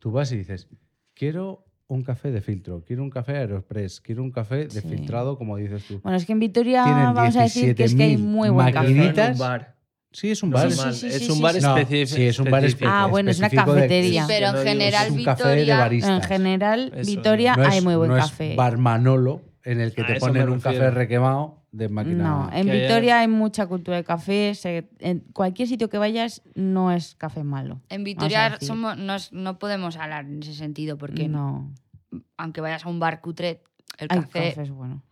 D: tú vas y dices, quiero un café de filtro, quiero un café Aeropress, quiero un café de
A: Sí.
D: filtrado, como dices tú.
A: Bueno, es que en Vitoria
D: Tienen
A: vamos a decir que es que hay
D: 17.000
A: muy buen café.
D: maquinitas.
B: Es un bar.
D: sí, es un
B: No
D: bar.
B: es un
A: Sí,
B: bar,
A: sí,
B: es
A: sí,
B: un
A: sí,
B: bar
A: sí.
D: No,
B: específico.
D: sí, es un bar
B: específico.
A: Ah, bueno, es una
D: específico de-
A: cafetería.
C: Pero en
B: no digo-
C: general,
D: es un café de
C: Vitoria-
D: baristas.
A: En general,
B: Eso,
A: Vitoria
D: No es-
A: Ah, hay muy buen
D: no es
A: café.
D: bar Manolo, en el que
B: A
D: te
B: eso
D: ponen
B: me
D: un
B: refiero.
D: café requemado de máquina.
A: No, eh. en
B: Que haya-
A: Vitoria hay mucha cultura de café. se- en cualquier sitio que vayas no es café malo.
C: En
A: Vamos a
C: Vitoria
A: decir.
C: somos, no, es- no podemos hablar en ese sentido, porque
B: Mm.
A: no.
C: aunque vayas a un bar cutre, el
A: Hay
C: café,
A: cafés bueno.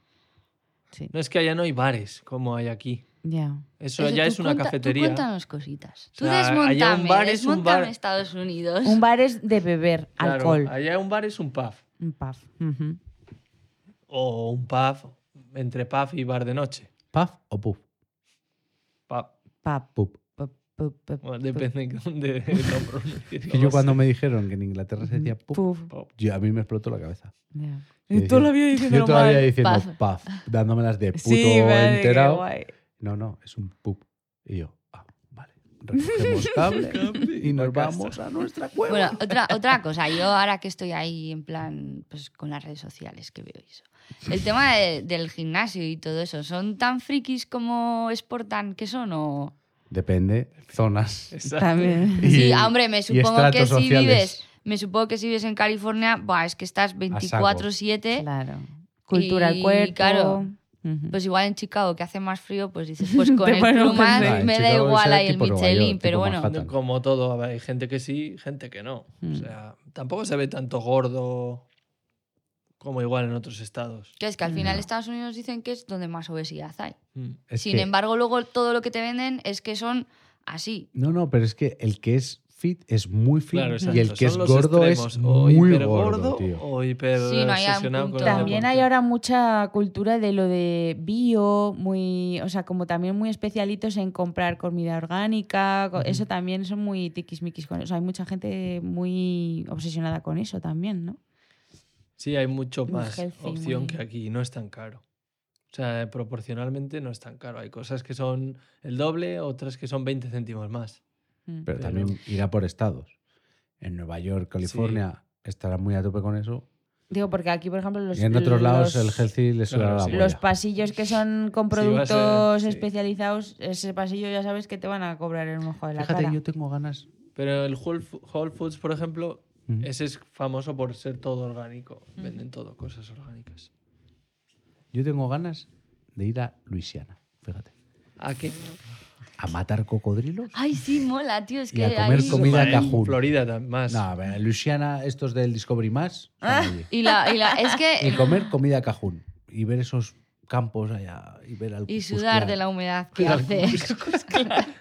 A: Sí,
B: No es que allá no hay bares como hay aquí.
A: ya.
B: Eso
C: Eso,
B: ya
C: tú
B: es una
C: cuenta-
B: cafetería.
C: Tú cuéntanos cositas. Tú
B: O sea, allá un
C: desmontame,
B: bar es un
C: desmontame
B: bar.
C: Estados Unidos.
A: Un bar es de beber
B: Claro,
A: alcohol.
B: Allá un bar es un pub.
A: Un pub. ujú.
B: O un pub entre pub y bar de noche.
D: ¿Puff o puff?
B: Pub.
A: Pub,
D: Puff.
A: pub, pub, pub,
B: Bueno,
C: Pues
A: pub.
B: depende de dónde lo pronuncies,
D: Es
B: no
D: que yo
B: lo
D: cuando
B: sé.
D: me dijeron que en Inglaterra se decía puff,
A: Puf,
B: Pub.
D: yo- a mí me explotó la cabeza.
A: ya.
D: Yo
B: Tú la
D: diciendo-
B: vida diciendo
D: Yo todavía diciendo
C: Puff.
D: puff, dándomelas de puto
A: vale, qué
D: enterado.
A: guay.
D: No, no, es un pup. Y yo, ah, vale. Recogemos cable y nos vamos a nuestra cueva.
C: Bueno, otra, otra cosa, yo ahora que estoy ahí en plan, pues con las redes sociales que veo eso. El tema de- del gimnasio y todo eso, ¿son tan frikis como exportan que son o...?
D: Depende, zonas.
B: Exacto.
A: También.
D: Y-
C: Sí, ah, hombre, me
D: y
C: supongo que
D: estratos
C: si
D: sociales.
C: vives... Me supongo que si vives en California, buah, es que estás 24-7.
A: Claro. Cultura al
C: Y,
A: cuerpo.
C: claro,
A: Ujú.
C: Pues igual en Chicago, que hace más frío, pues dices, pues con
A: Te
C: el
A: pones un
C: plumas
A: jersey.
C: me
D: Ah, en
C: da
D: Chicago
C: igual
D: será
C: ahí en
D: tipo Nueva
C: Michelin,
D: York,
C: pero
D: tipo
C: bueno.
D: Manhattan.
B: Como todo, habrá- hay gente que sí, gente que no.
A: Mm.
B: O sea, tampoco se ve tanto gordo como igual en otros estados.
C: Que es
A: Mm.
C: que al final
D: No.
C: Estados Unidos dicen que es donde más obesidad hay.
B: Mm.
D: Es
C: Sin
D: que-
C: embargo, luego todo lo que te venden es que son así.
D: No, no, pero es que el que es fit es muy fit
B: Claro,
D: y
B: exacto.
D: el que es
B: Son los
D: gordo
B: extremos,
D: es
B: o
D: muy
B: hipergordo
D: gordo, tío.
B: o hiper
C: Sí, no hay un
B: obsesionado con
C: punto.
B: el
A: También
B: deporte.
A: hay ahora mucha cultura de lo de bio, muy, o sea, como también muy especialitos en comprar comida orgánica, co- eso también son muy tiquismiquis con eso. Hay mucha gente muy obsesionada con eso también, ¿no?
B: Sí, hay mucho
A: muy
B: más
A: healthy,
B: opción
A: muy-
B: que aquí. No es tan caro. O sea, proporcionalmente no es tan caro. Hay cosas que son el doble, otras que son 20 céntimos más.
A: Mm.
D: Pero
B: Pero-
D: también irá por estados. En Nueva York, California, estará muy a tope con eso.
A: Digo, porque aquí, por ejemplo, los,
D: y en otros lados el
A: los,
D: healthy le suena
B: Claro,
D: la
B: sí.
A: los
D: polla.
A: pasillos que son con
B: Sí, va a
A: productos
B: ser- sí.
A: especializados, ese pasillo ya sabes que te van a cobrar el ojo de la
D: Fíjate,
A: cara.
D: yo tengo ganas.
B: Pero el Whole Fu- Whole Foods, por ejemplo,
D: Mm.
B: ese es famoso por ser todo orgánico. Venden todo, cosas orgánicas.
D: Yo tengo ganas de ir a Luisiana, fíjate.
B: ¿A qué?
D: A matar cocodrilos.
B: Ah,
C: Ay, sí, mola, tío. Es
D: Y
C: que
D: a comer
C: ahí-
D: comida
B: en
D: cajún.
B: Florida tam- más.
D: No, a ver, Luisiana, estos del Discovery Más. son
A: Ah.
D: allí.
C: Y la, y la- es
D: Y
C: que.
D: comer comida cajún. Y ver esos campos allá. Y ver al
C: Y sudar de la humedad que hace.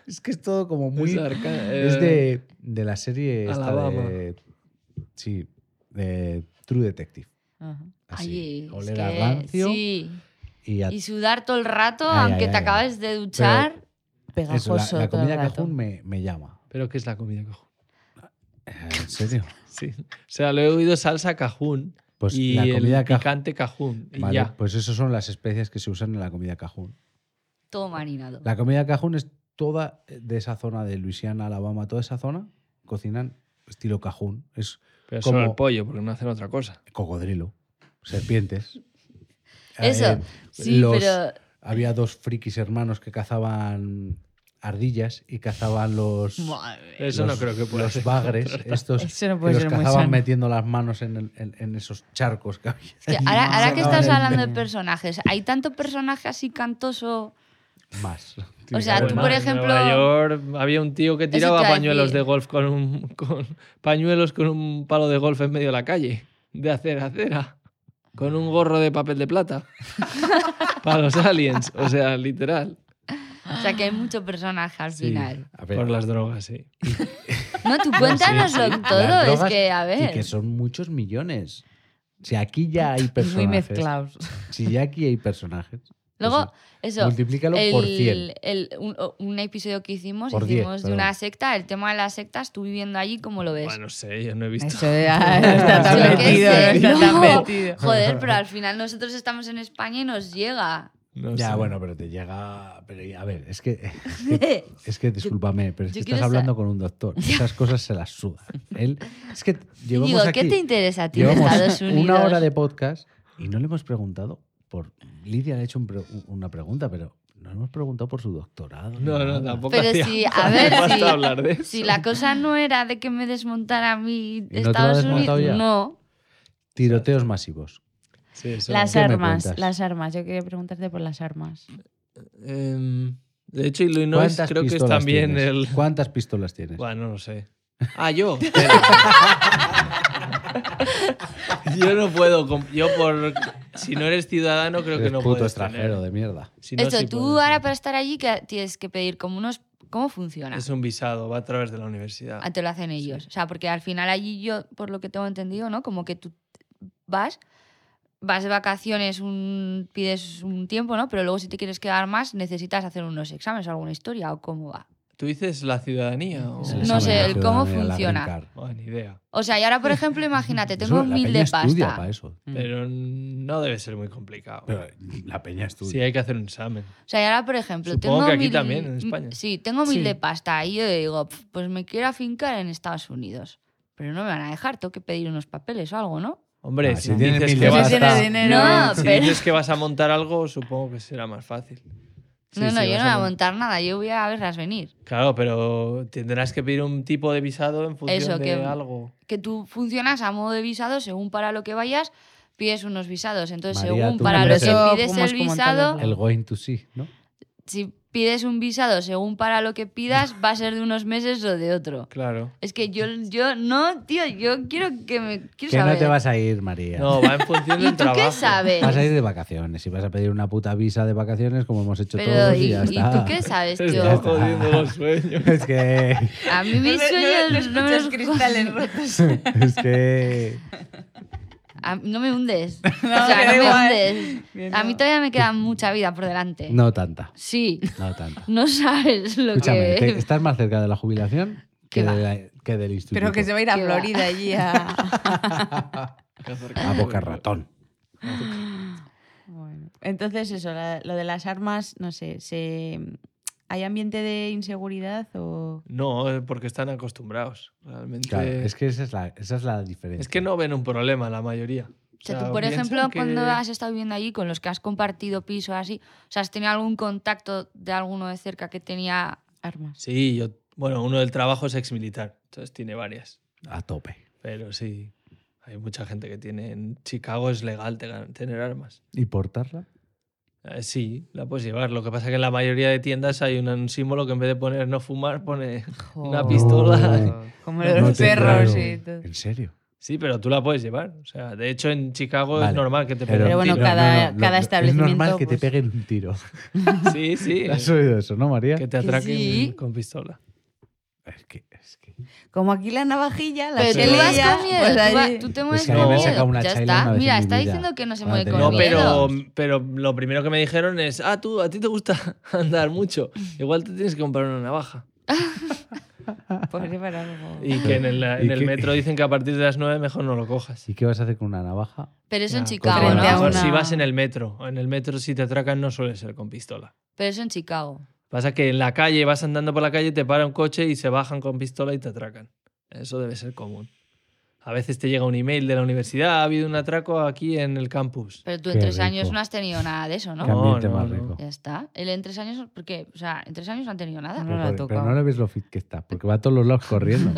D: Es que es todo como muy.
B: Es arca-
D: Es
B: eh,
D: de, de la serie. esta
B: Alabama.
D: de- sí, de True Detective.
A: Ajá.
D: Así.
C: Oye, es
D: Oler a
C: que-
D: rancio
C: sí.
D: y a
C: Y sudar todo el rato,
D: Ay,
C: aunque
D: ay,
C: te
D: ay,
C: acabes de duchar.
D: eso,
A: Pegajoso
D: la, la
A: todo el
D: comida
A: rato.
D: cajún me, me llama.
B: ¿Pero qué es la comida cajún?
D: Eh, ¿En serio?
B: Sí. O sea, lo he oído salsa cajún
D: Pues
B: y
D: la comida
B: el
D: cajún.
B: picante cajún. Y
D: Vale,
B: ya.
D: pues esas son las especias que se usan en la comida cajún.
C: todo marinado.
D: La comida cajún es toda de esa zona de Luisiana, Alabama, toda esa zona, cocinan estilo cajún. Es
B: Pero
D: como-
B: solo el pollo, porque no hacen otra cosa.
D: cocodrilo, serpientes.
C: Eso,
D: Eh,
C: sí,
D: los-
C: pero.
D: Había dos frikis hermanos que cazaban ardillas y cazaban los,
C: Madre.
B: Eso
D: los-
B: no creo que pueda
D: los
B: ser.
D: bagres, estos
A: Eso no
D: que
A: puede
D: los
A: ser muy
D: cazaban
A: sano.
D: metiendo las manos en, el- en- en esos charcos que había.
C: Es que ahora, ahora que estás
D: Sacaban el-
C: hablando de personajes, hay tanto personaje así cantoso.
D: Más.
C: O sea, tú,
B: Bueno,
C: por
B: en
C: ejemplo-
B: Nueva York había un tío que
C: Eso te
B: tiraba
C: iba a
B: pañuelos
C: decir.
B: de golf con un. Con, pañuelos con un palo de golf en medio de la calle. De acera a acera. Con un gorro de papel de plata. para los aliens. O sea, literal.
C: O sea que hay mucho personaje al
B: Sí.
C: final.
D: A ver,
B: Por las drogas, sí.
C: No, tú cuéntanoslo
D: sí.
C: todo,
D: Las
C: es
D: drogas
C: que a
D: y
C: ver.
D: que son muchos millones. Si aquí ya hay personajes.
A: Muy mezclados.
D: Si ya aquí hay personajes. pues
C: Luego, eso.
D: multiplícalo
C: el,
D: por 100.
C: el- un, un episodio que hicimos,
D: Por diez,
C: hicimos de
D: perdón.
C: una secta, el tema de las sectas, tú viviendo allí, ¿cómo lo ves?
B: Bueno, no sé, yo no he visto.
A: Eso ya no está tan
C: Yo qué
A: metido, no
C: sé,
A: está tan
C: no.
A: metido.
C: Joder, pero al final nosotros estamos en España y nos llega.
B: No
D: Ya,
B: sé.
D: bueno, pero te llega. Pero, a ver, es que. Es que discúlpame, pero es
C: yo
D: que
C: quiero
D: estás hablando con un doctor. Esas cosas se las suda. Él, es que llevamos
C: Digo,
D: aquí,
C: ¿qué te interesa a ti de
D: llevamos
C: Estados Unidos?
D: una hora de podcast y no le hemos preguntado por. Lidia le ha hecho un pre- una pregunta, pero no le hemos preguntado por su doctorado. ni
B: No, no,
D: nada.
B: tampoco.
C: Pero
B: hacía-
C: si- a ver,
B: basta
C: si-
B: hablar de
C: Si
B: eso.
C: la cosa no era de que me desmontara a mí
D: te lo ha
C: Estados
D: desmontado
C: Unidos,
D: ya?
C: no.
D: Tiroteos masivos.
B: Sí, eso.
A: Las
D: ¿Qué me
A: armas,
D: cuentas?
A: las armas. Yo quería preguntarte por las armas.
B: Em, de hecho, Illinois
D: ¿Cuántas
B: creo que es
D: pistolas
B: también
D: tienes?
B: el.
D: ¿Cuántas pistolas tienes?
B: Bueno, no sé. Ah, yo. Espera. yo no puedo. comp- Yo por. Si no eres ciudadano, creo que
D: Eres
B: no
D: puto
B: puedes.
D: extranjero de mierda.
B: tener. Si no,
C: Eso,
B: sí
C: tú
B: puedes,
C: ahora
B: sí.
C: para estar allí que tienes que pedir como unos... ¿Cómo funciona?
B: Es un visado, va a través de la universidad.
C: Ah, Te lo hacen ellos. O sea, porque al final allí yo, por lo que tengo entendido, ¿no? Como que tú vas, vas de vacaciones, un, pides un tiempo, ¿no? Pero luego si te quieres quedar más, necesitas hacer unos exámenes o alguna historia o cómo va.
B: ¿Tú dices la ciudadanía? O...
A: Es
D: El
C: No
D: examen
C: sé,
D: de
C: el cómo
D: ciudadanía, la green
C: funciona.
D: card.
B: Ah, ni idea.
C: O sea, y ahora, por ejemplo, imagínate, tengo
D: Eso, la
C: mil
D: peña
C: de
D: estudia
C: pasta.
D: pa' eso.
B: Pero no debe ser muy complicado.
D: Pero la peña estudia.
B: Sí, hay que hacer un examen.
C: O sea, y ahora, por ejemplo,
B: Supongo
C: tengo
B: que aquí
C: mil-
B: también, en España.
C: Sí, tengo mil
A: Sí.
C: de pasta y yo digo, "Pf, pues me quiero afincar en Estados Unidos. Pero no me van a dejar, tengo que pedir unos papeles o algo, ¿no?
B: Hombre,
D: Ah,
B: si,
D: si tiene
B: dices
D: mil
B: que
D: de
B: vas
A: Si
B: a...
A: tiene dinero.
C: No,
B: si
C: Ah, pero-
B: dices que vas a montar algo, supongo que será más fácil. Sí,
C: no, no,
B: sí,
C: yo
B: vas
C: no voy a
B: mont-
C: montar nada, yo voy a verlas venir.
B: Claro, pero tendrás que pedir un tipo de visado en función
C: Eso,
B: de
C: que-
B: algo.
C: que tú funcionas a modo de visado según para lo que vayas pides unos visados entonces
D: María,
C: según
D: tú
C: para
D: me
C: lo
D: parece-
C: que pides
A: Como es
C: el
A: como en todos
C: visado
A: lados.
D: El going to see, ¿no?
C: si pides un visado según para lo que pidas va a ser de unos meses o de otro
B: Claro.
C: es que yo yo no tío yo quiero que me quiero
D: Que
C: saber
D: no te vas a ir, María.
B: No, va en función
C: y
B: del
C: tú
B: trabajo.
C: qué sabes
D: Vas a ir de vacaciones y vas a pedir una puta visa de vacaciones como hemos hecho
C: pero
D: todos
C: y,
D: y, ya
C: y tú
D: está.
C: qué sabes
B: Te
C: tío
B: está jodiendo los sueños.
D: Es que
C: a mí mis sueños no, me los jodes.
A: rotos.
D: es que
C: A- no me hundes o
A: que
C: sea
A: da
C: no me
A: igual.
C: hundes a mí todavía me queda mucha vida por delante
D: no tanta,
C: sí
D: no tanta.
C: no sabes lo
D: Escúchame,
C: que
D: te- estás más cerca de la jubilación que,
C: ¿Qué va?
D: de la- que del instituto.
A: Pero que se va a ir a
C: Qué va.
A: Florida allí a...
D: A boca ratón.
A: Bueno, entonces eso, la- lo de las armas, no sé, se... ¿hay ambiente de inseguridad o...?
B: No, eh, porque están acostumbrados, realmente.
D: Claro, es que esa es la, esa es la diferencia.
B: Es que no ven un problema la mayoría. O
C: O sea,
B: sea,
C: tú, por
B: piensan
C: ejemplo,
B: que-
C: cuando has estado viviendo allí con los que has compartido piso así, o sea, ¿has tenido algún contacto de alguno de cerca que tenía...
A: Armas.
B: Sí, yo... Bueno, uno del trabajo es exmilitar, entonces tiene varias.
D: A tope.
B: Pero sí, hay mucha gente que tiene... En Chicago es legal te- tener armas.
D: ¿Y portarla?
B: Eh, Sí, la puedes llevar. Lo que pasa que en la mayoría de tiendas hay un, un símbolo que en vez de poner no fumar pone una
A: Joder.
B: pistola.
D: No.
A: Como
B: No,
A: los
B: no
D: te
A: perros
D: creo.
A: y todo.
D: ¿En serio?
B: Sí, pero tú la puedes llevar. O sea, de hecho en Chicago es
D: Vale.
B: normal que te
D: Pero-
B: peguen
A: Pero
B: un
A: bueno,
B: tiro.
A: cada- cada
D: Es normal
A: establecimiento,
D: que
A: pues-
D: te peguen un tiro.
B: Sí, sí.
D: ¿Has oído eso, no, María?
B: Que te
A: Que
B: atraquen
A: sí.
B: con pistola.
D: Es que, es que...
A: Como aquí la navajilla, la
C: Pero tú
B: sí.
A: chelilla,
C: vas con miedo,
A: pues
C: tú, va-
A: allí-
C: tú te
D: Es
C: mueves
D: que
B: a mí
C: con
B: me
C: miedo.
D: saca una
C: ya
D: chaila una
C: está,
D: vez
C: mira,
D: en mi
C: está
D: vida.
C: diciendo que no se
D: Cuando
C: mueve
D: tenía
C: con
B: No,
D: Con
B: pero,
C: miedo.
B: pero lo primero que me dijeron es, ah, tú, a ti te gusta andar mucho. Igual te tienes que comprar una navaja.
A: pues sí, para algo.
B: Y que en el,
D: ¿Y
B: en el
D: qué?
B: metro dicen que a partir de las 9 mejor no lo cojas.
D: ¿Y qué vas a hacer con una navaja?
C: Pero eso en
B: Ah,
C: Chicago,
A: frente
B: bueno,
A: a
B: mejor
A: una-
C: ¿no?
B: Si vas en el metro, en el metro si te atracan no suele ser con pistola.
C: Pero eso en Chicago.
B: Pasa que en la calle vas andando por la calle, te para un coche y se bajan con pistola y te atracan. Eso debe ser común. A veces te llega un email de la universidad, ha habido un atraco aquí en el campus.
C: Pero tú
D: Qué
C: en tres años
D: rico.
C: no has tenido nada de eso,
D: Qué
C: ¿no?
B: No.
D: ambiente más rico.
C: Ya está. Él en tres años, ¿por qué? O sea, en tres años no han tenido nada.
A: Ah, No
D: Pero,
A: la ha
D: pero
A: tocado.
D: no le ves lo fit que está, porque va a todos los lados corriendo.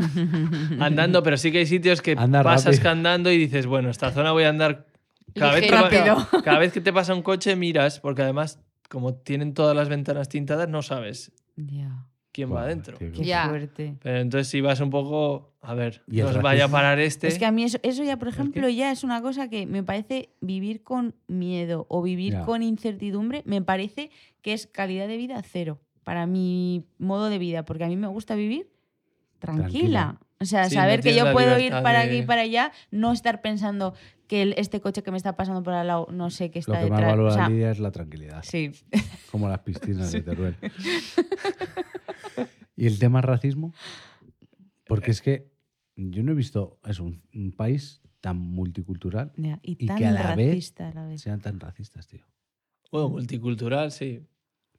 B: Andando, pero sí que hay sitios que
D: Anda
B: pasas
D: rápido.
B: andando y dices, bueno, esta zona voy a andar. Cada vez, que va-
C: Ligero.
B: cada vez que te pasa un coche, miras, porque además, como tienen todas las ventanas tintadas, no sabes
A: Ya,
B: quién va
D: Buah,
B: adentro.
D: tío,
A: qué
D: qué-
C: Ya.
A: fuerte.
B: Pero entonces, si vas un poco, a ver,
D: Y el
B: nos vaya a
D: racismo.
B: parar este.
A: Es que a mí eso, eso ya, por
B: ¿El qué?
A: ejemplo, ya es una cosa que me parece vivir con miedo o vivir
D: Ya.
A: con incertidumbre, me parece que es calidad de vida cero. para mi modo de vida, porque a mí me gusta vivir tranquila.
D: Tranquila.
A: O sea,
B: Sí, no
A: saber que
B: tienes
A: yo
B: la
A: puedo ir
B: libertad
A: para
B: de-
A: aquí y para allá, no estar pensando que el- este coche que me está pasando por al lado no sé qué
D: Lo
A: está
D: que más
A: detrás.
D: valora
A: O sea,
D: Lidia es la tranquilidad,
A: sí.
D: como las piscinas de Teruel. ¿Y el tema racismo?
A: Eh,
D: Porque es que yo no he visto es un, un país tan multicultural,
A: Ya, Y
D: que
A: tan
D: a la vez
A: racista a la vez.
D: sean tan racistas, tío.
B: Bueno, multicultural, sí.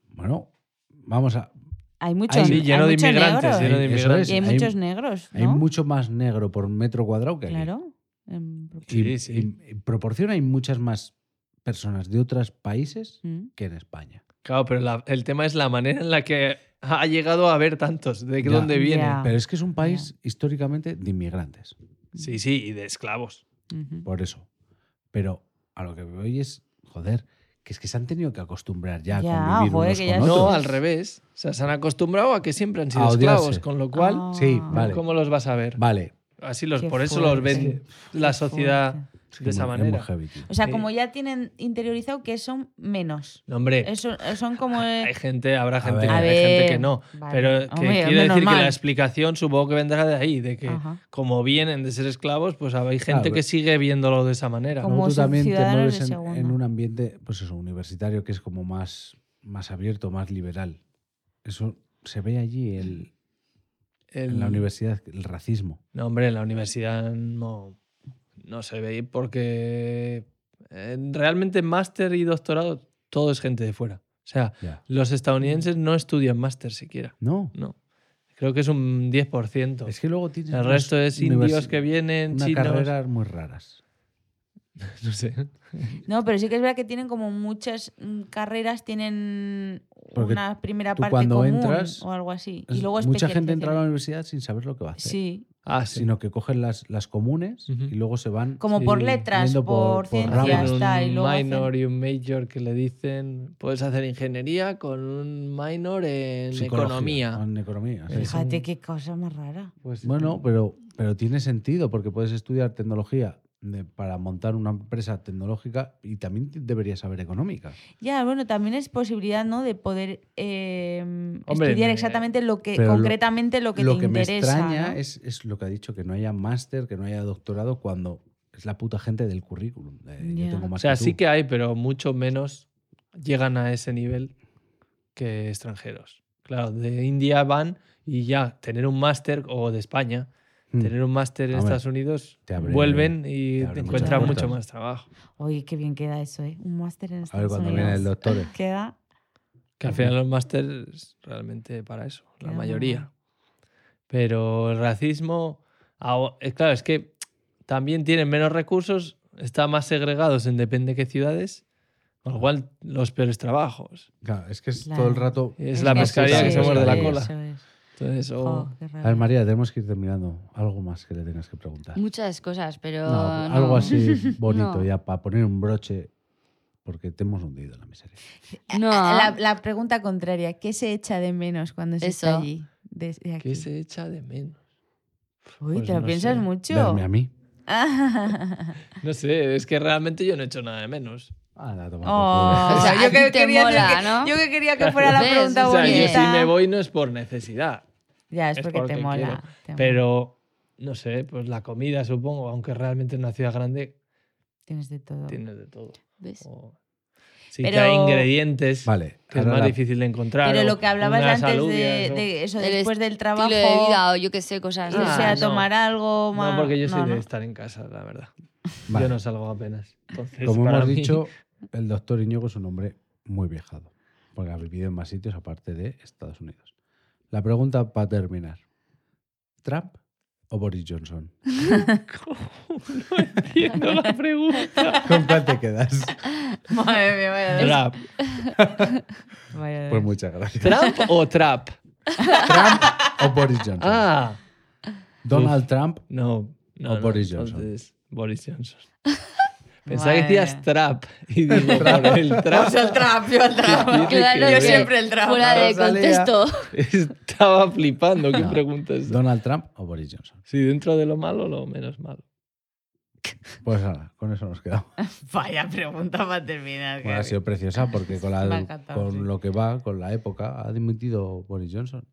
D: Bueno, vamos a...
A: Hay mucho,
D: Hay-
B: Sí, lleno
A: hay
B: de
A: mucho
B: inmigrantes,
A: negro.
B: lleno de
D: Eso
B: inmigrantes.
D: es,
A: Y hay,
D: Hay-
A: muchos negros, ¿no?
D: Hay mucho más negro por metro cuadrado que aquí.
A: Claro. Em, en proporción.
D: Y,
B: Sí, sí.
D: y- en proporción hay muchas más personas de otros países
A: Mm.
D: que en España.
B: Claro, pero la- el tema es la manera en la que ha llegado a haber tantos, de
D: Ya.
B: dónde viene.
A: Ya. Ah,
D: Pero es que es un país históricamente de inmigrantes,
B: Sí, sí, y de esclavos.
A: Ujú.
D: por eso. Pero a lo que voy es, joder, que es que se han tenido que acostumbrar ya,
A: Ya,
D: a convivir
A: joder,
D: unos
A: que
D: con
A: ya
D: otros.
B: No,
A: Otros.
B: al revés. O sea, se han acostumbrado a que siempre han sido
D: A odiarse.
B: esclavos, con lo cual,
A: Ah,
D: sí, vale.
B: ¿cómo los vas a ver?
D: Vale,
B: Así los,
A: Qué
B: por eso los
A: fuerte.
B: ven la
A: Qué
B: sociedad
A: fuerte.
D: Es que
B: de esa
D: muy- es muy
B: manera.
D: heavy, tío.
A: O sea,
B: Sí.
A: como ya tienen interiorizado que son menos.
B: No, hombre,
A: Eso, son como. eh,
B: hay gente, habrá gente,
D: ver.
B: que-
D: A
B: hay gente que no.
A: vale.
B: Pero que
A: Hombre, hombre,
B: quiero decir que
A: normal.
B: la explicación supongo que vendrá de ahí, de que
A: Ajá.
B: como vienen de ser esclavos, pues hay gente
D: Claro,
B: que
D: pero-
B: sigue viéndolo de esa manera.
A: Como
D: Luego tú
A: son
D: también te
A: ciudadanos de
D: mueves en,
A: segunda.
D: en un ambiente, pues eso, universitario, que es como más, más abierto, más liberal. Eso se ve allí el-
B: El-
D: en la universidad, el racismo.
B: No, hombre, en la universidad no, no se ve porque eh, realmente máster y doctorado todo es gente de fuera. O sea,
D: Ya.
B: los estadounidenses no estudian máster siquiera.
D: No,
B: No. Creo que es un 10%.
D: es que luego tienes
B: El
D: unas
B: resto es indios
D: universi-
B: que vienen, chinos.
D: Una carreras muy raras.
B: No sé.
A: No, pero sí que es verdad que tienen como muchas mm, carreras, tienen
D: Porque
A: una primera
D: tú
A: parte
D: cuando
A: común
D: entras,
A: o algo así.
D: Es-
A: Y luego
D: Mucha gente entra a la
A: entraba
D: universidad sin saber lo que va a hacer.
A: Sí,
B: Ah, sí.
D: Sino que cogen las, las comunes
B: Ujú.
D: y luego se van.
A: como por
B: Sí,
A: letras,
D: yendo
A: por,
D: por- por
A: ciencias,
D: ramos.
B: Hacen
D: ya
B: un
A: tal, y luego hacen-
B: minor y un major que le dicen. Puedes hacer ingeniería con un minor en
D: psicología,
B: economía.
D: En economía. sí.
B: Es
A: Fíjate
B: un-
A: qué cosa más rara.
B: Pues,
D: Bueno, pero, pero tiene sentido porque puedes estudiar tecnología de- para montar una empresa tecnológica y también te- deberías saber económica.
A: Ya, bueno, también es posibilidad, ¿no? De poder eh,
B: Hombre,
A: estudiar
B: eh,
A: exactamente lo que,
D: pero lo-
A: concretamente lo que
D: lo
A: te
D: que
A: interesa.
D: me extraña
A: ¿no?
D: es, es lo que ha dicho, que no haya máster, que no haya doctorado cuando es la puta gente del currículum. de,
A: Ya.
D: Yo tengo
B: O
D: más
B: sea,
D: que tú.
B: sí que hay, pero mucho menos llegan a ese nivel que extranjeros. Claro, de India van y ya tener un máster, o de España,
D: Mm.
B: tener un máster en
D: Hombre,
B: Estados Unidos,
D: te abre-
B: vuelven y
D: te
B: te
D: abre muchas
B: encuentran
D: puertas.
B: mucho más trabajo.
A: Oye, qué bien queda eso, ¿eh? Un máster en
D: Mm. A ver
A: Estados
D: cuando
A: Unidos.
D: viene el doctor.
A: Queda.
B: Que al final los másters realmente para eso, la
A: Queda muy
B: mayoría.
A: guay.
B: Pero el racismo, aho- eh, claro, es que también tienen menos recursos, están más segregados en depende qué ciudades, con lo cual los peores trabajos.
D: Claro, es que es
A: Claro.
D: todo el rato.
B: Es la
A: que-
B: pescaría
D: sí,
B: que se muerde la
D: sí,
B: cola.
A: eso es.
B: Entonces, o-
A: Jo, qué
D: A
A: rabia.
D: ver, María, tenemos que ir terminando. Algo más que le tengas que preguntar.
C: Muchas cosas, pero.
D: No, algo
C: no.
D: así bonito
C: No.
D: ya para poner un broche porque te hemos hundido en la miseria.
C: No.
A: La, la pregunta contraria, ¿qué se echa de menos cuando se
C: Eso.
A: está allí? Desde aquí?
B: ¿Qué se echa de menos?
A: Uy,
B: Pues
A: te lo
B: no
A: piensas
B: sé.
A: mucho. Ah.
D: Verme a mí.
B: No sé, es que realmente yo no he hecho nada de menos.
D: Ah, la toma
B: pues,
A: Oh,
C: O sea, a
A: yo,
C: ti
A: que
C: te
A: quería
C: mola,
A: decir que-
C: ¿no?
A: yo que quería que fuera la
C: ¿Ves?
A: pregunta
B: O sea,
A: bonita.
B: yo si me voy no es por necesidad,
A: Ya, es
B: es
A: porque,
B: porque
A: te mola.
B: quiero,
A: te mola.
B: pero no sé, pues la comida supongo, aunque realmente en una ciudad grande
A: Tienes de todo.
B: tienes de todo.
C: ¿Ves?
B: O- Sí que
A: Pero-
B: hay ingredientes
D: Vale,
B: que es
D: ahora
B: más
D: la-
B: difícil de encontrar.
A: Pero
B: o
A: lo que hablabas
B: unas
A: antes de,
B: alubias, o-
A: de eso,
C: Del
A: después del trabajo,
C: Estilo de vida o yo qué sé, cosas. de
B: Ah,
A: irse a
C: esas.
B: no.
A: tomar algo.
B: No,
A: ma-
B: porque yo soy de este.
A: no.
B: estar en casa, la verdad.
D: Vale.
B: Yo no salgo apenas. Entonces,
D: Como
B: para
D: hemos
B: mí-
D: dicho, el doctor Iñigo es un hombre muy viajado, porque ha vivido en más sitios aparte de Estados Unidos. La pregunta para terminar. ¿Trump o Boris Johnson?
B: no entiendo la pregunta.
D: ¿Con cuál te quedas?
A: Madre mía, vaya dos.
B: Trap.
A: Vaya dos.
D: Pues muchas gracias.
B: ¿Trap o trap?
D: ¿Trump o Boris Johnson?
B: Ah.
D: Donald Trump.
B: No, no.
D: O
B: no,
D: Boris Johnson.
B: entonces, Boris Johnson. Pensaba que
A: Madre
B: decías
A: mía.
B: trap. Y digo, por el trap.
A: el trap, yo el trap.
B: Dice que
C: que
A: siempre el drama.
C: Fuera de
D: Rosalía.
C: contexto.
B: Estaba flipando. ¿Qué
D: No.
B: preguntas?
D: Donald Trump o Boris Johnson.
B: Sí, dentro de lo malo, lo menos malo.
D: Pues nada, con eso nos quedamos.
E: Vaya pregunta para terminar.
D: Bueno, ha
E: Gary.
D: sido preciosa porque con, la-
E: Me ha encantado,
D: con
E: sí.
D: lo que va, con la época, ha dimitido Boris Johnson.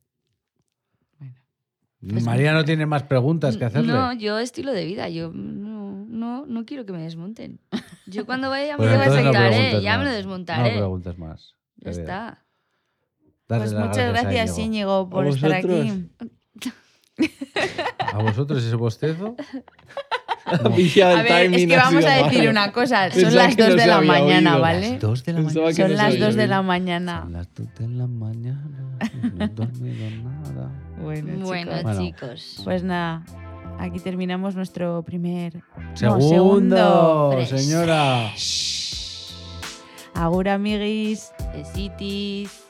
E: Bueno.
D: María no tiene más preguntas que hacerle.
C: No, yo estilo de vida, yo no, no, no quiero que me desmonten. Yo cuando vaya me
D: Pues
C: lo
D: entonces no
C: desmontaré,
D: preguntes
C: ¿eh? ya me
D: más.
C: lo
D: No
C: desmontaré.
D: preguntes más.
C: ya está.
D: Dadle
A: Pues
D: las
A: muchas
D: a
A: gracias,
D: Íñigo.
A: Íñigo, por estar
B: vosotros?
A: aquí.
D: A vosotros ese bostezo.
B: Ha pillado el
A: A ver, es
B: timing,
A: que
B: ha
A: vamos
B: sido
A: a decir
B: malo.
A: una cosa. Son
B: Pensaba
A: las
B: que
A: 2
B: no
A: de
B: se
A: la
B: había
A: mañana,
B: oído.
A: ¿vale?
D: Dos de la
B: Pensaba
D: mañana.
B: que no
A: Son
B: se
A: las
B: había
A: 2 de
B: oído.
A: la mañana.
D: Son las dos de la mañana. No he dormido nada.
A: Bueno,
C: Bueno,
A: chicos.
D: Bueno.
C: chicos.
A: Pues nada, aquí terminamos nuestro primer... no,
D: Segundo,
C: Fresh.
D: señora.
A: Ahora, amiguis.
C: Besitis.